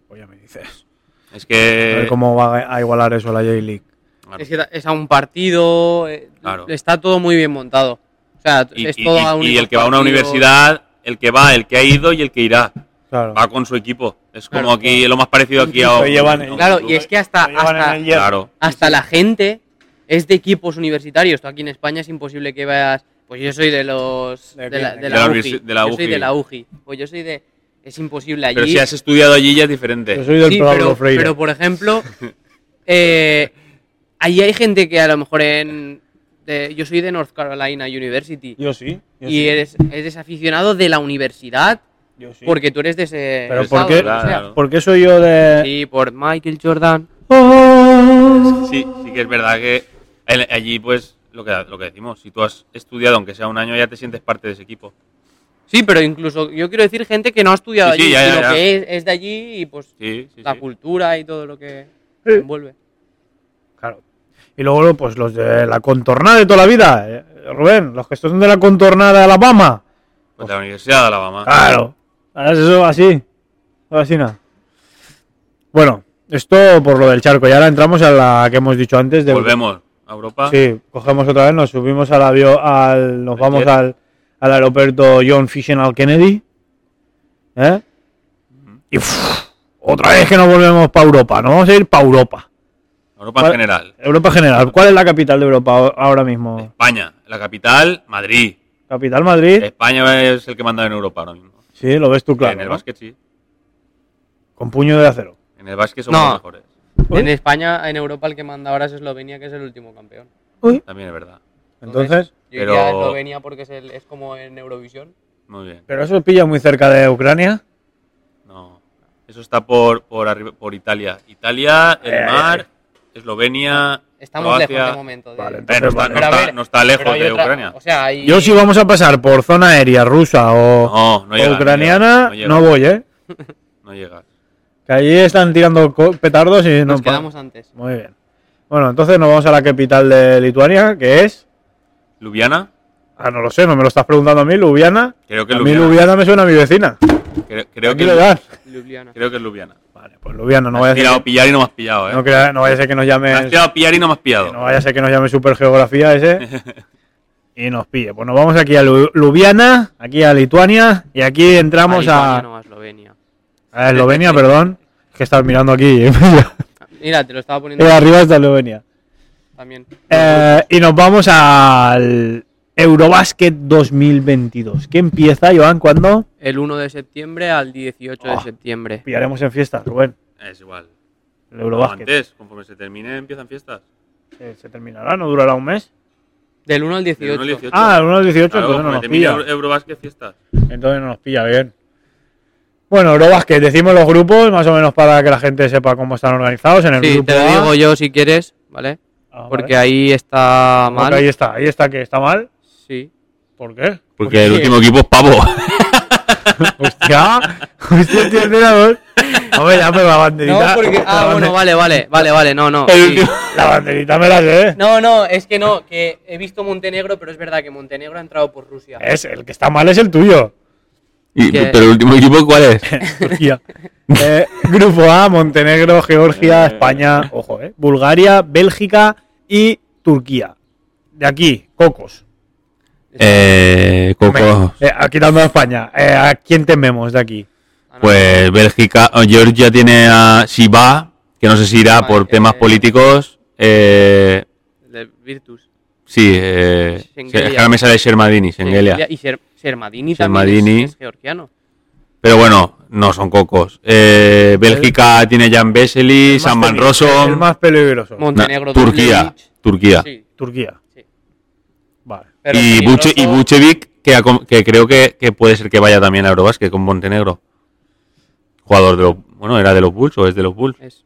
[SPEAKER 1] Oye, Pues me dices.
[SPEAKER 3] Es
[SPEAKER 1] A
[SPEAKER 3] que
[SPEAKER 1] ver cómo va a igualar eso la J League.
[SPEAKER 3] Claro.
[SPEAKER 2] Es, que ta- es a un partido, eh,
[SPEAKER 3] Claro.
[SPEAKER 2] está todo muy bien montado. O sea,
[SPEAKER 3] y,
[SPEAKER 2] es
[SPEAKER 3] y-
[SPEAKER 2] todo
[SPEAKER 3] y-
[SPEAKER 2] a un
[SPEAKER 3] y
[SPEAKER 2] único
[SPEAKER 3] el que va a una
[SPEAKER 2] partido.
[SPEAKER 3] universidad, el que va, el que ha ido y el que irá,
[SPEAKER 1] Claro.
[SPEAKER 3] va con su equipo. Es como
[SPEAKER 2] Claro.
[SPEAKER 3] aquí lo más parecido aquí a
[SPEAKER 1] Lo
[SPEAKER 3] un-
[SPEAKER 1] llevan-
[SPEAKER 3] a un
[SPEAKER 2] Claro,
[SPEAKER 3] club.
[SPEAKER 2] y es que hasta,
[SPEAKER 1] Lo llevan
[SPEAKER 2] hasta,
[SPEAKER 1] en el hierro.
[SPEAKER 3] claro,
[SPEAKER 2] hasta la gente es de equipos universitarios. Tú aquí en España es imposible que veas. Pues yo soy de los.
[SPEAKER 1] ¿De
[SPEAKER 2] De,
[SPEAKER 1] qué?
[SPEAKER 2] la,
[SPEAKER 1] De
[SPEAKER 2] de,
[SPEAKER 3] la
[SPEAKER 2] la UGI.
[SPEAKER 3] universi- de la
[SPEAKER 2] Yo soy
[SPEAKER 3] UGI.
[SPEAKER 2] de la UGI. Pues yo soy de. Es imposible allí.
[SPEAKER 3] pero si has estudiado allí ya es diferente.
[SPEAKER 1] Yo soy del
[SPEAKER 2] Sí,
[SPEAKER 1] Pablo
[SPEAKER 2] pero,
[SPEAKER 1] Freire.
[SPEAKER 2] pero, por ejemplo, eh, ahí hay gente que a lo mejor en. de- yo soy de North Carolina University.
[SPEAKER 1] yo sí. Yo
[SPEAKER 2] y
[SPEAKER 1] sí,
[SPEAKER 2] eres, eres aficionado de la universidad
[SPEAKER 1] yo sí.
[SPEAKER 2] porque tú eres de ese.
[SPEAKER 1] Pero
[SPEAKER 2] estado,
[SPEAKER 1] ¿por qué?
[SPEAKER 2] lo que sea.
[SPEAKER 3] Claro.
[SPEAKER 1] ¿Por qué soy yo de.?
[SPEAKER 2] Sí, por Michael Jordan.
[SPEAKER 1] Oh.
[SPEAKER 3] Sí, sí que es verdad que el- allí, pues, lo que, lo que decimos, si tú has estudiado, aunque sea un año, ya te sientes parte de ese equipo.
[SPEAKER 2] Sí, pero incluso yo quiero decir gente que no ha estudiado
[SPEAKER 3] Sí, sí,
[SPEAKER 2] allí,
[SPEAKER 3] ya, ya,
[SPEAKER 2] sino
[SPEAKER 3] ya.
[SPEAKER 2] que es, es de allí y pues
[SPEAKER 3] Sí, sí,
[SPEAKER 2] la
[SPEAKER 3] sí.
[SPEAKER 2] cultura y todo lo que
[SPEAKER 1] Sí.
[SPEAKER 2] envuelve.
[SPEAKER 1] Claro. Y luego, pues los de la contornada de toda la vida, eh, Rubén, los que son de la contornada de Alabama.
[SPEAKER 3] Pues la Universidad de Alabama.
[SPEAKER 1] Claro. Harás eso así. o Así nada. Bueno, esto por lo del charco. Y ahora entramos a la que hemos dicho antes de.
[SPEAKER 3] Volvemos a Europa.
[SPEAKER 1] Sí, cogemos otra vez, nos subimos al avión, al, nos
[SPEAKER 3] Al
[SPEAKER 1] vamos
[SPEAKER 3] jet.
[SPEAKER 1] al, al aeropuerto John Fisher Kennedy. ¿Eh? Y ¡fuf! otra vez que nos volvemos para Europa. Nos vamos a ir para Europa.
[SPEAKER 3] Europa en
[SPEAKER 1] Para-
[SPEAKER 3] general.
[SPEAKER 1] Europa general. ¿Cuál es la capital de Europa a- ahora mismo?
[SPEAKER 3] España, la capital, Madrid.
[SPEAKER 1] Capital Madrid.
[SPEAKER 3] España es el que manda en Europa ahora mismo.
[SPEAKER 1] Sí, lo ves tú claro.
[SPEAKER 3] Eh, en el
[SPEAKER 1] ¿no?
[SPEAKER 3] básquet sí.
[SPEAKER 1] Con puño de acero.
[SPEAKER 3] En el básquet somos
[SPEAKER 2] No.
[SPEAKER 3] mejores.
[SPEAKER 2] En España, en Europa, el que manda ahora es Eslovenia, que es el último campeón.
[SPEAKER 3] También es verdad.
[SPEAKER 1] Entonces,
[SPEAKER 2] yo
[SPEAKER 3] pero-
[SPEAKER 2] iría a Eslovenia porque es, el- es como en Eurovisión.
[SPEAKER 3] Muy bien.
[SPEAKER 1] pero eso pilla muy cerca de Ucrania.
[SPEAKER 3] No. Eso está por por, arriba, por Italia. Italia, el
[SPEAKER 1] Eh.
[SPEAKER 3] mar, Eslovenia,
[SPEAKER 2] Estamos
[SPEAKER 3] Croacia.
[SPEAKER 2] lejos de momento. de-
[SPEAKER 1] Vale,
[SPEAKER 3] Eh, no, está, no
[SPEAKER 2] Pero a
[SPEAKER 3] está-
[SPEAKER 2] ver,
[SPEAKER 3] no está
[SPEAKER 2] pero
[SPEAKER 3] lejos
[SPEAKER 2] hay
[SPEAKER 3] de
[SPEAKER 2] otra-
[SPEAKER 3] Ucrania.
[SPEAKER 2] O sea, hay-
[SPEAKER 1] Yo si vamos a pasar por zona aérea rusa o,
[SPEAKER 3] No, no
[SPEAKER 1] o
[SPEAKER 3] llega. no
[SPEAKER 1] ucraniana,
[SPEAKER 3] llega,
[SPEAKER 1] no, voy, ¿eh?
[SPEAKER 3] No llega.
[SPEAKER 1] Que allí están tirando co- petardos y no
[SPEAKER 2] nos
[SPEAKER 1] pa-
[SPEAKER 2] quedamos antes.
[SPEAKER 1] Muy bien. Bueno, entonces nos vamos a la capital de Lituania, que es...
[SPEAKER 3] Ljubljana.
[SPEAKER 1] Ah, no lo sé, no me lo estás preguntando a mí, Ljubljana.
[SPEAKER 3] Creo que
[SPEAKER 1] A
[SPEAKER 3] es
[SPEAKER 1] mí
[SPEAKER 3] Ljubljana.
[SPEAKER 1] Ljubljana me suena a mi vecina.
[SPEAKER 3] Creo, creo que,
[SPEAKER 1] Aquí le das.
[SPEAKER 2] Ljubljana.
[SPEAKER 3] creo que es Ljubljana.
[SPEAKER 1] Vale, pues Ljubljana, no
[SPEAKER 3] Me
[SPEAKER 1] vaya,
[SPEAKER 3] has
[SPEAKER 1] a ser,
[SPEAKER 3] tirado a pillar y no me has pillado,
[SPEAKER 1] que-
[SPEAKER 3] ¿eh?
[SPEAKER 1] no, crea- no vaya a ser que nos llame...
[SPEAKER 3] Me has tirado a pillar y no me has pillado.
[SPEAKER 1] No vaya a ser que nos llame Supergeografía ese y nos pille. Pues nos vamos aquí a Lu- Ljubljana, aquí a Lituania y aquí entramos
[SPEAKER 2] Lituania,
[SPEAKER 1] a,
[SPEAKER 2] no, a Eslovenia.
[SPEAKER 1] a Eslovenia, perdón. Es que estás mirando aquí. de
[SPEAKER 2] Ah, Mira, te lo estaba poniendo
[SPEAKER 1] arriba hasta Eslovenia.
[SPEAKER 2] también.
[SPEAKER 1] Eh, y nos vamos al Eurobasket 2022. Que empieza, Joan? ¿Cuándo?
[SPEAKER 2] El 1 de septiembre al 18
[SPEAKER 1] Oh.
[SPEAKER 2] de septiembre.
[SPEAKER 1] Pillaremos en fiesta, Rubén.
[SPEAKER 3] Es igual.
[SPEAKER 1] El
[SPEAKER 3] Pero
[SPEAKER 1] Eurobasket.
[SPEAKER 3] antes, conforme se termine, empiezan fiestas.
[SPEAKER 1] Eh, ¿Se terminará? ¿No durará un mes?
[SPEAKER 2] Del 1 al
[SPEAKER 3] Del 1
[SPEAKER 2] 18.
[SPEAKER 3] al 18.
[SPEAKER 1] Ah, el 1 al 18,
[SPEAKER 3] Claro,
[SPEAKER 1] entonces no
[SPEAKER 3] conforme
[SPEAKER 1] nos
[SPEAKER 3] termine
[SPEAKER 1] pilla.
[SPEAKER 3] Euro- Eurobasket, fiestas.
[SPEAKER 1] Entonces no nos pilla bien. Bueno, Eurobasket, decimos los grupos, más o menos para que la gente sepa cómo están organizados en el
[SPEAKER 2] Sí,
[SPEAKER 1] grupo
[SPEAKER 2] te lo
[SPEAKER 1] A.
[SPEAKER 2] digo yo si quieres, ¿vale?
[SPEAKER 1] Ah, vale.
[SPEAKER 2] Porque ahí está
[SPEAKER 1] Porque
[SPEAKER 2] mal.
[SPEAKER 1] ahí está, ahí está que está mal.
[SPEAKER 2] Sí.
[SPEAKER 1] ¿Por qué?
[SPEAKER 3] Porque
[SPEAKER 2] el último
[SPEAKER 3] equipo es pavo.
[SPEAKER 1] Hostia, hostia, tío, mira, vos. Hombre, ya me la
[SPEAKER 2] No,
[SPEAKER 1] banderita.
[SPEAKER 2] porque.
[SPEAKER 1] la
[SPEAKER 2] Ah, bueno,
[SPEAKER 1] bander-
[SPEAKER 2] vale, vale, vale, vale, no, no. sí.
[SPEAKER 1] La banderita me la sé.
[SPEAKER 2] No, no, es que no, que he visto Montenegro, pero es verdad que Montenegro ha entrado por Rusia.
[SPEAKER 1] Es, el que está mal es el tuyo.
[SPEAKER 2] Que-
[SPEAKER 3] el último equipo, ¿cuál es?
[SPEAKER 1] Turquía. Eh, grupo A, Montenegro, Georgia, España, ojo, eh, Bulgaria, Bélgica y Turquía. De aquí, Cocos.
[SPEAKER 3] eh,
[SPEAKER 2] Ah,
[SPEAKER 1] Eh, aquí dando a España. Eh, ¿A quién Eh, tememos de aquí?
[SPEAKER 3] Pues Bélgica, o Georgia tiene a si va, que no sé si irá
[SPEAKER 2] Vale,
[SPEAKER 3] por temas
[SPEAKER 2] eh,
[SPEAKER 3] políticos. Eh,
[SPEAKER 2] De Virtus.
[SPEAKER 3] sí, eh,
[SPEAKER 2] Shengelia.
[SPEAKER 3] es que ahora me sale Shermadini, Shengelia.
[SPEAKER 2] Y Ser- Sermadini,
[SPEAKER 3] Sermadini.
[SPEAKER 2] también es, es georgiano.
[SPEAKER 3] Pero bueno, no son cocos. Eh, Bélgica tiene Jan Vesely, San Van Rossum,
[SPEAKER 1] El más peligroso.
[SPEAKER 3] na-
[SPEAKER 2] Montenegro.
[SPEAKER 3] Turquía,
[SPEAKER 2] Dubljevic.
[SPEAKER 3] Turquía.
[SPEAKER 2] Sí,
[SPEAKER 1] Turquía.
[SPEAKER 2] Sí.
[SPEAKER 1] Vale.
[SPEAKER 2] pero
[SPEAKER 3] Y, Buche, y
[SPEAKER 2] peligroso-
[SPEAKER 3] Bucevic, que, ha com- que creo que, que puede ser que vaya también a Eurobasket con Montenegro. Jugador de los... Bueno, ¿era de los Bulls o es de los Bulls?
[SPEAKER 2] es-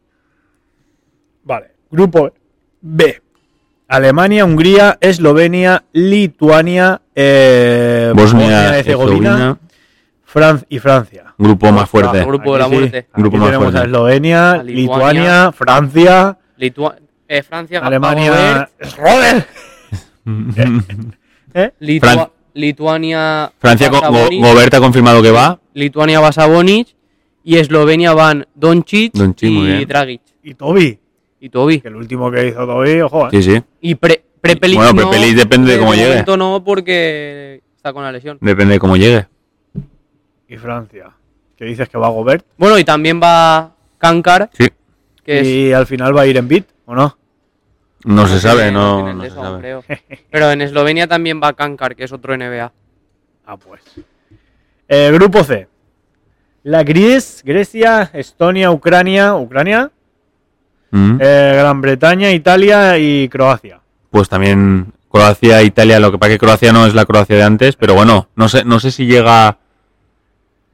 [SPEAKER 1] Vale. Grupo B. Alemania, Hungría, Eslovenia, Lituania, eh,
[SPEAKER 3] Bosnia,
[SPEAKER 1] y
[SPEAKER 3] Herzegovina,
[SPEAKER 1] Fran- y Francia.
[SPEAKER 3] grupo más fuerte.
[SPEAKER 2] Ah, grupo de la
[SPEAKER 1] Aquí sí.
[SPEAKER 2] muerte.
[SPEAKER 1] Aquí
[SPEAKER 3] Grupo más
[SPEAKER 1] tenemos
[SPEAKER 3] fuerte.
[SPEAKER 1] a Eslovenia,
[SPEAKER 2] A Lituania.
[SPEAKER 1] Lituania, Francia,
[SPEAKER 2] Litua- eh, Francia,
[SPEAKER 1] Alemania.
[SPEAKER 2] Gabón,
[SPEAKER 1] ¡Joder! ¿Eh?
[SPEAKER 2] Litua-
[SPEAKER 3] Fran-
[SPEAKER 2] Lituania.
[SPEAKER 3] Francia, Go- Go-
[SPEAKER 2] Basabonic,
[SPEAKER 3] Gobert ha confirmado que va.
[SPEAKER 2] Lituania, Basabonic. Y Eslovenia van Doncic
[SPEAKER 3] Doncic, muy
[SPEAKER 2] y
[SPEAKER 3] bien.
[SPEAKER 2] Dragic.
[SPEAKER 1] Y Toby.
[SPEAKER 2] Y Tobi.
[SPEAKER 1] Que el último que hizo Toby, ojo. ¿eh?
[SPEAKER 3] Sí, sí.
[SPEAKER 2] Y pre, Prepelic
[SPEAKER 3] Bueno,
[SPEAKER 2] no,
[SPEAKER 3] Prepelic depende de cómo llegue.
[SPEAKER 2] momento no, porque está con la lesión.
[SPEAKER 3] Depende de cómo llegue.
[SPEAKER 1] Y Francia. Que dices que va a Gobert.
[SPEAKER 2] Bueno, y también va Kankar,
[SPEAKER 3] Sí.
[SPEAKER 2] que es...
[SPEAKER 1] Y al final va a ir en bit, ¿o no?
[SPEAKER 3] No se
[SPEAKER 2] tiene-
[SPEAKER 3] sabe, no,
[SPEAKER 2] tiene
[SPEAKER 3] no se
[SPEAKER 2] eso,
[SPEAKER 3] sabe.
[SPEAKER 2] creo. Pero en Eslovenia también va Kankar, que es otro NBA.
[SPEAKER 1] Ah, pues. Eh, grupo C. La Gris, Grecia, Estonia, Ucrania, Ucrania,
[SPEAKER 3] Mm.
[SPEAKER 1] eh, Gran Bretaña, Italia y Croacia.
[SPEAKER 3] Pues también Croacia, Italia, lo que pasa que Croacia no es la Croacia de antes, pero bueno, no sé, no sé si llega,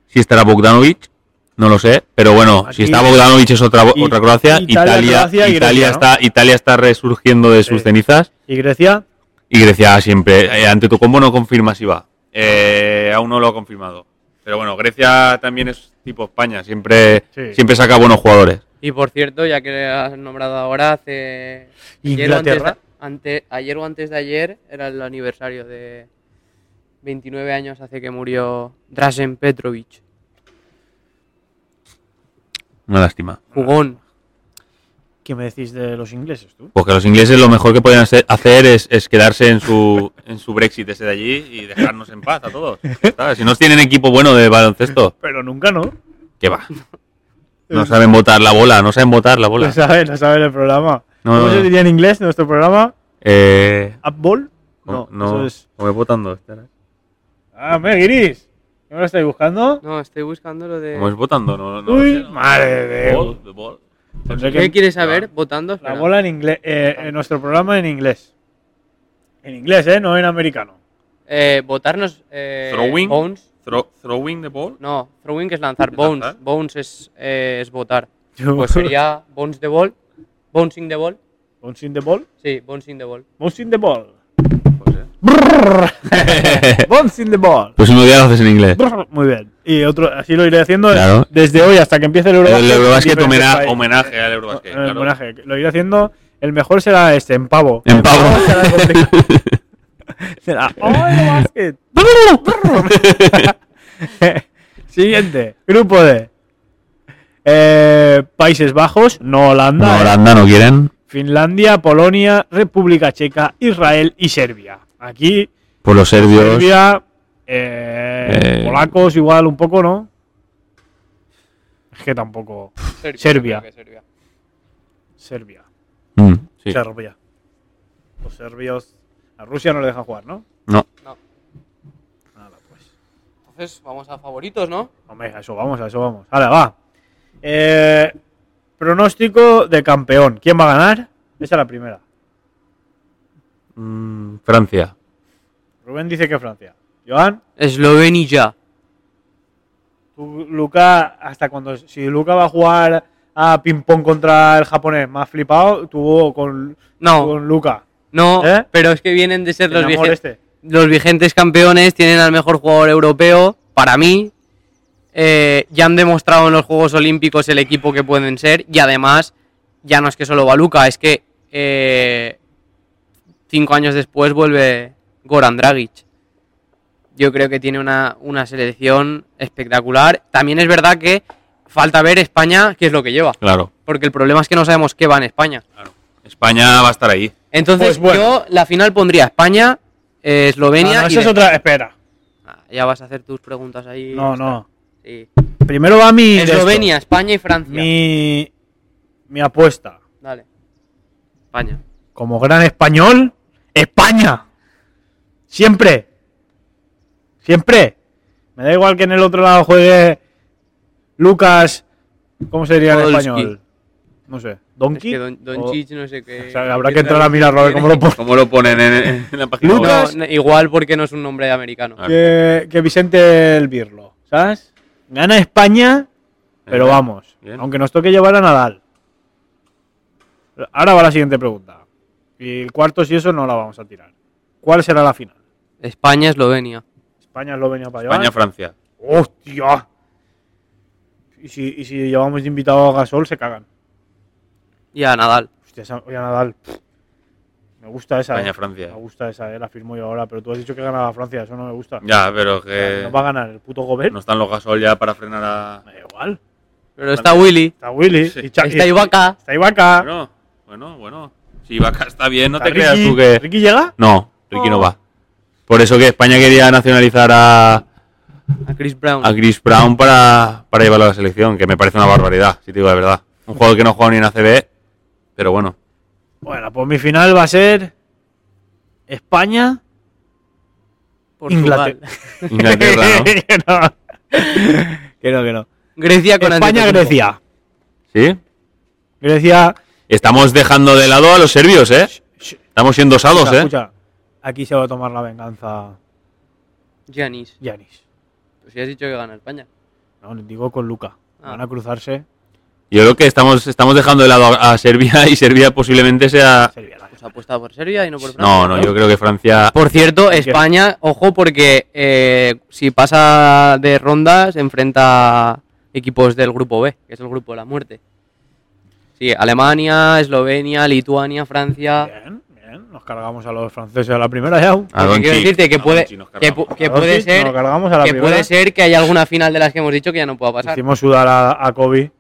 [SPEAKER 3] si estará Bogdanovic, no lo sé, pero bueno,
[SPEAKER 1] Aquí-
[SPEAKER 3] si está Bogdanovic es otra,
[SPEAKER 1] I-
[SPEAKER 3] otra Croacia,
[SPEAKER 1] Italia,
[SPEAKER 3] Italia, Italia,
[SPEAKER 1] Croacia y Grecia,
[SPEAKER 3] está, Italia está resurgiendo de sus
[SPEAKER 1] Sí.
[SPEAKER 3] cenizas
[SPEAKER 1] ¿Y Grecia?
[SPEAKER 3] y Grecia siempre, eh, ante tu combo no confirma si va, Eh, aún no lo ha confirmado, pero bueno, Grecia también es tipo España, siempre,
[SPEAKER 1] Sí.
[SPEAKER 3] siempre saca buenos jugadores.
[SPEAKER 2] Y por cierto, ya que has nombrado ahora, hace... Ayer o, antes
[SPEAKER 1] Inglaterra.
[SPEAKER 2] de, ante- ayer o antes de ayer era el aniversario de 29 años hace que murió Drazen Petrovic.
[SPEAKER 3] Una lástima.
[SPEAKER 2] Jugón.
[SPEAKER 1] ¿Qué me decís de los ingleses, tú?
[SPEAKER 3] Porque los ingleses lo mejor que pueden hacer, hacer es, es quedarse en su, en su Brexit ese de allí y dejarnos en paz a todos. Ya está. Si no tienen equipo bueno de baloncesto,
[SPEAKER 1] Pero nunca, ¿no?
[SPEAKER 3] ¿qué va? No saben botar la bola, no saben botar la bola.
[SPEAKER 1] No saben, no saben el programa.
[SPEAKER 3] No,
[SPEAKER 1] ¿Cómo
[SPEAKER 3] no,
[SPEAKER 1] se
[SPEAKER 3] no.
[SPEAKER 1] diría en inglés nuestro programa?
[SPEAKER 3] Eh,
[SPEAKER 1] ¿Upball?
[SPEAKER 3] no,
[SPEAKER 1] No,
[SPEAKER 3] no,
[SPEAKER 1] eso es...
[SPEAKER 3] no voy votando. espera. ¿eh?
[SPEAKER 1] ¡Ah, me gris! ¿Qué me lo estáis buscando?
[SPEAKER 2] No, estoy buscando lo
[SPEAKER 3] ¿Cómo es
[SPEAKER 2] de...
[SPEAKER 3] votando? No, no,
[SPEAKER 1] Uy,
[SPEAKER 3] no sé.
[SPEAKER 1] madre de-
[SPEAKER 3] Ball, the ball.
[SPEAKER 1] Tendré
[SPEAKER 2] ¿Qué
[SPEAKER 1] que-
[SPEAKER 2] quieres saber? Votando.
[SPEAKER 1] La
[SPEAKER 2] Espera.
[SPEAKER 1] bola en inglés. eh, en nuestro programa en inglés. En inglés, ¿eh? No en americano.
[SPEAKER 2] Eh, votarnos... eh,
[SPEAKER 3] Throwing.
[SPEAKER 2] Bones.
[SPEAKER 3] Throw- throwing the ball.
[SPEAKER 2] No, throwing es lanzar.
[SPEAKER 3] ¿Es
[SPEAKER 2] Bones.
[SPEAKER 3] lanzar?
[SPEAKER 2] Bones es, eh, es votar. Pues sería bones the ball. Bouncing the ball.
[SPEAKER 1] Bouncing the ball.
[SPEAKER 2] Sí, bouncing the ball.
[SPEAKER 1] Bouncing the ball.
[SPEAKER 3] Pues, eh.
[SPEAKER 1] Bouncing the ball.
[SPEAKER 3] Próximo día lo haces en inglés.
[SPEAKER 1] Brr, Muy bien. Y otro, así lo iré haciendo
[SPEAKER 3] Claro.
[SPEAKER 1] desde hoy hasta que empiece el Eurobasket.
[SPEAKER 3] El Eurobasket
[SPEAKER 1] en diferentes
[SPEAKER 3] homena-
[SPEAKER 1] países.
[SPEAKER 3] homenaje al
[SPEAKER 1] Eh,
[SPEAKER 3] Eurobasket.
[SPEAKER 1] el
[SPEAKER 3] claro.
[SPEAKER 1] homenaje. Lo iré haciendo. El mejor será este, en pavo.
[SPEAKER 3] En pavo.
[SPEAKER 1] será complicado. será. ¡Oh, Eurobasket! Siguiente. Grupo D. Eh, Países Bajos, no Holanda.
[SPEAKER 3] No,
[SPEAKER 1] eh.
[SPEAKER 3] Holanda no quieren.
[SPEAKER 1] Finlandia, Polonia, República Checa, Israel y Serbia. Aquí,
[SPEAKER 3] Por los serbios.
[SPEAKER 1] Pues Serbia, eh,
[SPEAKER 3] Eh.
[SPEAKER 1] polacos igual un poco, ¿no? Es que tampoco. Serbia.
[SPEAKER 2] creo que Serbia.
[SPEAKER 1] Serbia.
[SPEAKER 3] Mm, sí.
[SPEAKER 1] Serbia. Los serbios. A Rusia no le dejan jugar, ¿no?
[SPEAKER 3] No.
[SPEAKER 2] No.
[SPEAKER 1] Nada, pues.
[SPEAKER 2] Entonces vamos a favoritos, ¿no?
[SPEAKER 1] Hombre, a eso vamos, a eso vamos. Ahora va. Eh, pronóstico de campeón. ¿Quién va a ganar? Esa es la primera.
[SPEAKER 3] Mm, Francia.
[SPEAKER 1] Rubén dice que Francia. Joan,
[SPEAKER 2] Eslovenia.
[SPEAKER 1] tú, Luca, hasta cuando. Si Luca va a jugar a ping-pong contra el japonés más flipado, tú con,
[SPEAKER 2] No,
[SPEAKER 1] con Luca.
[SPEAKER 2] no,
[SPEAKER 1] ¿Eh?
[SPEAKER 2] pero es que vienen de ser
[SPEAKER 1] El
[SPEAKER 2] los
[SPEAKER 1] amor
[SPEAKER 2] vigentes.
[SPEAKER 1] este.
[SPEAKER 2] los vigentes campeones tienen al mejor jugador europeo, para mí. Eh, ya han demostrado en los Juegos Olímpicos el equipo que pueden ser y además ya no es que solo va Luka, es que eh, cinco años después vuelve Goran Dragic. Yo creo que tiene una, una selección espectacular. También es verdad que falta ver España qué es lo que lleva,
[SPEAKER 3] Claro.
[SPEAKER 2] porque el problema es que no sabemos qué va en España.
[SPEAKER 3] España va a estar ahí.
[SPEAKER 2] Entonces
[SPEAKER 1] Pues bueno.
[SPEAKER 2] yo la final pondría España, eh, Eslovenia
[SPEAKER 1] Ah, no,
[SPEAKER 2] y
[SPEAKER 1] esa es
[SPEAKER 2] después-
[SPEAKER 1] otra. Espera.
[SPEAKER 2] Ah, Ya vas a hacer tus preguntas ahí.
[SPEAKER 1] No, no.
[SPEAKER 2] Sí.
[SPEAKER 1] Primero va mi. de esto.
[SPEAKER 2] Eslovenia, España y Francia.
[SPEAKER 1] Mi. Mi apuesta.
[SPEAKER 2] Dale. España.
[SPEAKER 1] Como gran español, España. Siempre. Siempre. Me da igual que en el otro lado juegue Lucas. ¿Cómo sería en
[SPEAKER 2] Podolski.
[SPEAKER 1] español? No sé. Donkey.
[SPEAKER 2] Es que Don, eh, Don
[SPEAKER 1] o-
[SPEAKER 2] Chich, no sé qué.
[SPEAKER 1] o sea, habrá que entrar a mirarlo a ver cómo lo pone.
[SPEAKER 3] ¿Cómo lo ponen en, en la página
[SPEAKER 2] No,
[SPEAKER 3] web?
[SPEAKER 1] Lucas.
[SPEAKER 2] no, igual porque no es un nombre americano.
[SPEAKER 3] Ah.
[SPEAKER 1] que, que Vicente el Birlo, ¿sabes? Gana España, pero
[SPEAKER 3] Bien,
[SPEAKER 1] vamos.
[SPEAKER 3] bien.
[SPEAKER 1] Aunque nos toque llevar a Nadal. Ahora va la siguiente pregunta. Y el cuarto, si eso, no la vamos a tirar. ¿Cuál será la final?
[SPEAKER 2] España, Eslovenia.
[SPEAKER 1] España, Eslovenia, para llevar.
[SPEAKER 3] España, Francia.
[SPEAKER 1] ¡Hostia! Y si, y si llevamos de invitado a Gasol, se cagan.
[SPEAKER 2] Y a Nadal.
[SPEAKER 1] Hostia, esa- oye, Nadal. pff. Me gusta esa. eh.
[SPEAKER 3] España, Francia.
[SPEAKER 1] Me gusta esa, eh, la firmo yo ahora. Pero tú has dicho que ganaba Francia, eso no me gusta.
[SPEAKER 3] Ya, pero que
[SPEAKER 1] no va a ganar el puto Gobert.
[SPEAKER 3] no están los gasol ya para frenar a.
[SPEAKER 1] Me da igual.
[SPEAKER 2] Pero está Willy.
[SPEAKER 1] Está Willy.
[SPEAKER 3] Sí.
[SPEAKER 1] Y Cha- eh,
[SPEAKER 2] Está
[SPEAKER 1] y-
[SPEAKER 2] Ibaka.
[SPEAKER 1] Está Ibaka.
[SPEAKER 3] Bueno, bueno, bueno. Si Vaca está bien, no
[SPEAKER 1] está
[SPEAKER 3] te
[SPEAKER 1] Ah. Ricky.
[SPEAKER 3] creas tú que.
[SPEAKER 1] ¿Ricky llega?
[SPEAKER 3] No, Ricky no va. Por eso que España quería nacionalizar a,
[SPEAKER 2] A Chris Brown.
[SPEAKER 3] a Chris Brown para, para llevarlo a la selección, que me parece una barbaridad, si te digo la verdad. Un jugador que no ha jugado ni en ACB, pero bueno.
[SPEAKER 1] Bueno, pues mi final va a ser España.
[SPEAKER 2] Portugal.
[SPEAKER 1] Inglaterra.
[SPEAKER 3] Inglaterra, ¿no?
[SPEAKER 1] que no. que no, que no.
[SPEAKER 2] Grecia con antetokounmpo.
[SPEAKER 1] España-Grecia.
[SPEAKER 3] ¿Sí?
[SPEAKER 1] Grecia.
[SPEAKER 3] Estamos dejando de lado a los serbios, ¿eh?
[SPEAKER 1] sh-
[SPEAKER 3] Estamos siendo osados,
[SPEAKER 1] escucha,
[SPEAKER 3] ¿eh?
[SPEAKER 1] escucha. Aquí se va a tomar la venganza
[SPEAKER 2] Giannis.
[SPEAKER 1] Yanis.
[SPEAKER 2] Pues ya has dicho que gana España.
[SPEAKER 1] No, le digo con Luca.
[SPEAKER 2] Ah.
[SPEAKER 1] Van a cruzarse.
[SPEAKER 3] Yo creo que estamos, estamos dejando de lado a, a Serbia y Serbia posiblemente sea...
[SPEAKER 1] Serbia la
[SPEAKER 2] Pues apuesta por Serbia y no por Francia.
[SPEAKER 3] No, no, yo creo que Francia...
[SPEAKER 2] Por cierto,
[SPEAKER 1] ¿Qué?
[SPEAKER 2] España, ojo, porque eh, si pasa de rondas, enfrenta equipos del grupo B, que es el grupo de la muerte. Sí, Alemania, Eslovenia, Lituania, Francia.
[SPEAKER 1] Bien, bien. Nos cargamos a los franceses a la primera ya.
[SPEAKER 3] A
[SPEAKER 2] Lo que quiero
[SPEAKER 3] Doncic,
[SPEAKER 2] decirte que
[SPEAKER 3] a
[SPEAKER 2] puede,
[SPEAKER 3] Doncic nos
[SPEAKER 2] que,
[SPEAKER 3] cargamos.
[SPEAKER 2] pu- que
[SPEAKER 1] A
[SPEAKER 2] puede
[SPEAKER 1] Doncic
[SPEAKER 2] ser
[SPEAKER 1] Nos cargamos a la
[SPEAKER 2] que
[SPEAKER 1] primera.
[SPEAKER 2] puede ser que haya alguna final de las que hemos dicho que ya no pueda pasar.
[SPEAKER 1] Hicimos sudar a, a Kobe.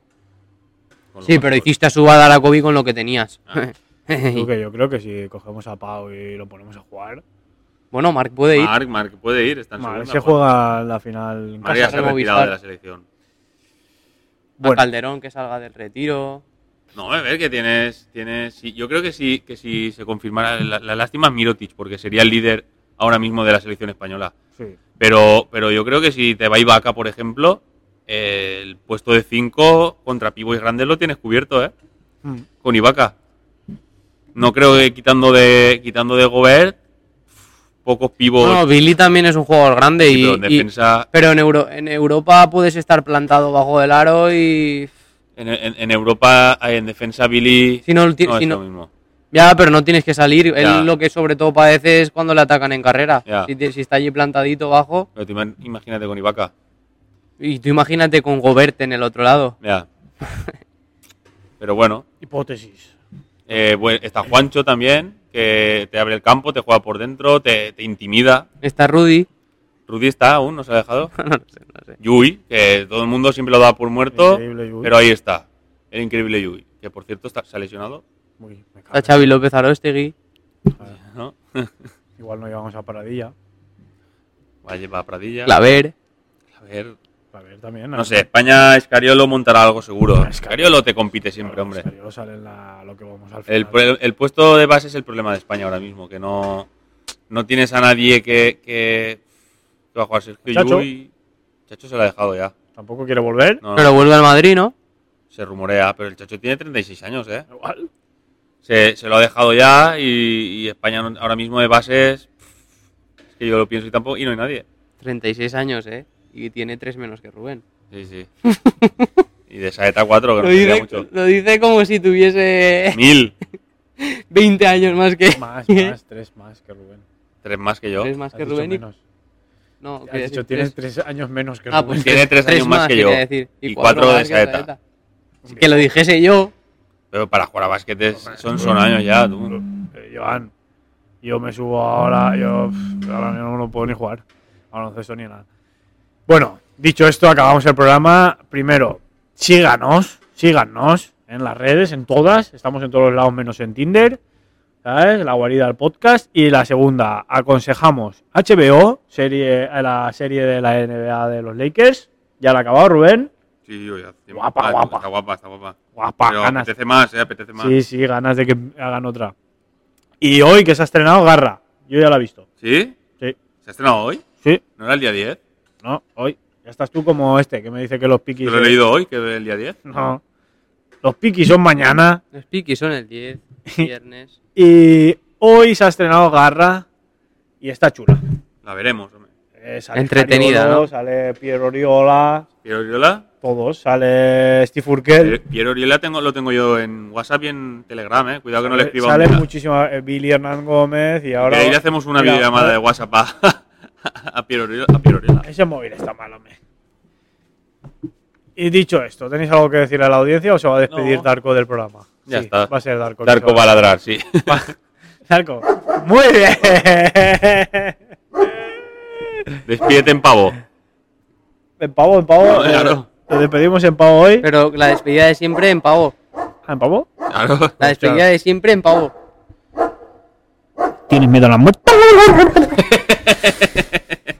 [SPEAKER 2] Sí, pero
[SPEAKER 1] pues.
[SPEAKER 2] hiciste a subada a la Kobe con lo que tenías.
[SPEAKER 3] Ah.
[SPEAKER 1] Tú que yo creo que si cogemos a Pau y lo ponemos a jugar.
[SPEAKER 2] bueno, Marc puede ir.
[SPEAKER 3] Marc, Marc puede ir, está en
[SPEAKER 1] Madre,
[SPEAKER 3] segunda,
[SPEAKER 1] se
[SPEAKER 3] bueno.
[SPEAKER 1] juega la final. en
[SPEAKER 3] Marc
[SPEAKER 1] casa.
[SPEAKER 3] ya se ha
[SPEAKER 2] Remo
[SPEAKER 3] retirado de
[SPEAKER 2] Bisbal.
[SPEAKER 3] la selección.
[SPEAKER 2] A Calderón que salga del retiro.
[SPEAKER 3] No, a ver que tienes, tienes. sí, yo creo que sí, que si se confirmara la, la lástima es Mirotic, porque sería el líder ahora mismo de la selección española.
[SPEAKER 1] Sí.
[SPEAKER 3] Pero, pero yo creo que si te va Ibaka, por ejemplo, eh, el puesto de 5 contra Pivo y Grandes lo tienes cubierto, ¿eh?
[SPEAKER 1] Mm.
[SPEAKER 3] Con Ibaka. No creo que quitando de quitando de Gobert, pocos pivos.
[SPEAKER 2] No, Billy también es un jugador grande
[SPEAKER 3] sí, pero en
[SPEAKER 2] y, y-
[SPEAKER 3] defensa,
[SPEAKER 2] Pero en, Euro- en Europa puedes estar plantado bajo el aro y.
[SPEAKER 3] en, en- en Europa, eh, en defensa Billy.
[SPEAKER 2] Si no, ti-
[SPEAKER 3] no,
[SPEAKER 2] si
[SPEAKER 3] es
[SPEAKER 2] no-
[SPEAKER 3] lo mismo.
[SPEAKER 2] Ya, pero no tienes que salir.
[SPEAKER 3] Ya.
[SPEAKER 2] Él lo que sobre todo padece es cuando le atacan en carrera.
[SPEAKER 3] Ya.
[SPEAKER 2] Si, te- si está allí plantadito bajo.
[SPEAKER 3] Pero tú ima- imagínate con Ibaka.
[SPEAKER 2] Y tú imagínate con Gobert en el otro lado.
[SPEAKER 3] Ya. Pero bueno,
[SPEAKER 1] Hipótesis.
[SPEAKER 3] Eh, bueno, está Juancho también, que te abre el campo, te juega por dentro, te, te intimida.
[SPEAKER 2] Está Rudy.
[SPEAKER 3] Rudy está aún, no se ha dejado.
[SPEAKER 2] no lo sé, no sé.
[SPEAKER 3] Yui, que todo el mundo siempre lo da por muerto,
[SPEAKER 1] Increíble Yui.
[SPEAKER 3] pero ahí está. El increíble Yui, que por cierto está, se ha lesionado.
[SPEAKER 1] Uy, me cago.
[SPEAKER 2] Está Xavi López Arostegui.
[SPEAKER 3] ¿no?
[SPEAKER 1] Igual no llevamos a Paradilla.
[SPEAKER 3] Va a llevar a Pradilla.
[SPEAKER 2] Claver.
[SPEAKER 3] A ver,
[SPEAKER 1] A ver, también.
[SPEAKER 3] no sé, España, Escariolo montará algo seguro. Escariolo te compite siempre,
[SPEAKER 1] Claro,
[SPEAKER 3] hombre.
[SPEAKER 1] Salió, sale en la- lo que vamos al
[SPEAKER 3] El,
[SPEAKER 1] final.
[SPEAKER 3] pro- el puesto de base es el problema de España ahora mismo, que no, no tienes a nadie que, que, que va a jugar Sergio
[SPEAKER 1] Chacho.
[SPEAKER 3] Llull. Chacho se lo ha dejado ya.
[SPEAKER 1] Tampoco quiere volver.
[SPEAKER 3] No, no,
[SPEAKER 2] Pero vuelve al Madrid, ¿no?
[SPEAKER 3] se rumorea, pero el Chacho tiene 36 años, ¿eh?
[SPEAKER 1] Igual.
[SPEAKER 3] Se, se lo ha dejado ya y, y España no- ahora mismo de bases, es que yo lo pienso y tampoco, y no hay nadie.
[SPEAKER 2] 36 años, ¿eh? Y tiene 3 menos que Rubén.
[SPEAKER 3] Sí, sí. y de Saeta 4,
[SPEAKER 2] Lo
[SPEAKER 3] que no sería
[SPEAKER 2] dice,
[SPEAKER 3] mucho.
[SPEAKER 2] lo dice como si tuviese
[SPEAKER 3] Mil,
[SPEAKER 2] 20 años más que.
[SPEAKER 1] Más, más, tres más que Rubén.
[SPEAKER 3] tres más que yo.
[SPEAKER 2] Tres más que
[SPEAKER 1] Has dicho
[SPEAKER 2] Rubén. y-
[SPEAKER 1] menos.
[SPEAKER 2] No,
[SPEAKER 1] Has
[SPEAKER 2] quería
[SPEAKER 1] dicho,
[SPEAKER 2] decir
[SPEAKER 1] tienes
[SPEAKER 2] tres.
[SPEAKER 1] tres años menos que
[SPEAKER 2] Ah,
[SPEAKER 1] Rubén.
[SPEAKER 2] pues
[SPEAKER 3] Tiene tres años más que yo.
[SPEAKER 2] quería decir.
[SPEAKER 3] Y cuatro de
[SPEAKER 2] más que
[SPEAKER 3] Saeta.
[SPEAKER 2] Si que lo dijese yo,
[SPEAKER 3] Pero para jugar a básquet es- son, son años ya, tú.
[SPEAKER 1] Eh, Joan, yo me subo ahora. Yo pff, ahora no, no puedo ni jugar. A baloncesto ni nada. Bueno, dicho esto, acabamos el programa. Primero, síganos, síganos en las redes, en todas. Estamos en todos los lados menos en Tinder. ¿Sabes? La guarida del podcast. Y la segunda, aconsejamos HBO, serie, eh, la serie de la NBA de los Lakers. Ya la ha acabado, Rubén.
[SPEAKER 3] Sí, yo ya. sí,
[SPEAKER 1] Guapa,
[SPEAKER 3] está-
[SPEAKER 1] guapa.
[SPEAKER 3] Está guapa, está guapa.
[SPEAKER 1] Guapa,
[SPEAKER 3] Pero
[SPEAKER 1] ganas.
[SPEAKER 3] apetece más, eh, apetece más.
[SPEAKER 1] Sí, sí, ganas de que hagan otra. Y hoy que se ha estrenado Garra. Yo ya la he visto.
[SPEAKER 3] ¿Sí?
[SPEAKER 1] Sí.
[SPEAKER 3] ¿Se ha estrenado hoy?
[SPEAKER 1] Sí.
[SPEAKER 3] ¿No era el día 10?
[SPEAKER 1] No, hoy. Ya estás tú como este, que me dice que los piquis.
[SPEAKER 3] Yo lo he leído hoy, que era el día 10.
[SPEAKER 1] No. Los piquis son mañana.
[SPEAKER 2] Los piquis son el 10, viernes.
[SPEAKER 1] Y hoy se ha estrenado Garra. Y está chula.
[SPEAKER 3] La veremos, hombre.
[SPEAKER 1] Eh, sale
[SPEAKER 2] Entretenida,
[SPEAKER 1] Fariolo,
[SPEAKER 2] ¿no?
[SPEAKER 1] Sale Piero Oriola.
[SPEAKER 3] Piero Oriola.
[SPEAKER 1] Todos. Sale Steve Urkel.
[SPEAKER 3] Pier- Piero Oriola tengo, lo tengo yo en WhatsApp y en Telegram, eh. Cuidado que no le escriba
[SPEAKER 1] Sale
[SPEAKER 3] un
[SPEAKER 1] muchísimo eh, Billy Hernán Gómez. Y ahora.
[SPEAKER 3] ahí le hacemos una
[SPEAKER 1] Mira,
[SPEAKER 3] videollamada de WhatsApp a, a Piero Oriola. a Piero Oriola.
[SPEAKER 1] Ese móvil está mal, hombre. Y dicho esto, ¿tenéis algo que decirle a la audiencia o se va a despedir
[SPEAKER 3] No.
[SPEAKER 1] Darko del programa?
[SPEAKER 3] Ya
[SPEAKER 1] Sí,
[SPEAKER 3] está.
[SPEAKER 1] Va a ser Darko. el que
[SPEAKER 3] Darko
[SPEAKER 1] se
[SPEAKER 3] va a ladrar, sí.
[SPEAKER 1] Darko. Muy bien.
[SPEAKER 3] Despídete en pavo.
[SPEAKER 1] En pavo, en pavo.
[SPEAKER 3] No, claro.
[SPEAKER 1] Nos despedimos en pavo hoy.
[SPEAKER 2] Pero la despedida de siempre en pavo.
[SPEAKER 1] Ah, ¿En pavo?
[SPEAKER 3] Claro.
[SPEAKER 2] La despedida de siempre en pavo.
[SPEAKER 5] ¿Tienes miedo a la muerte?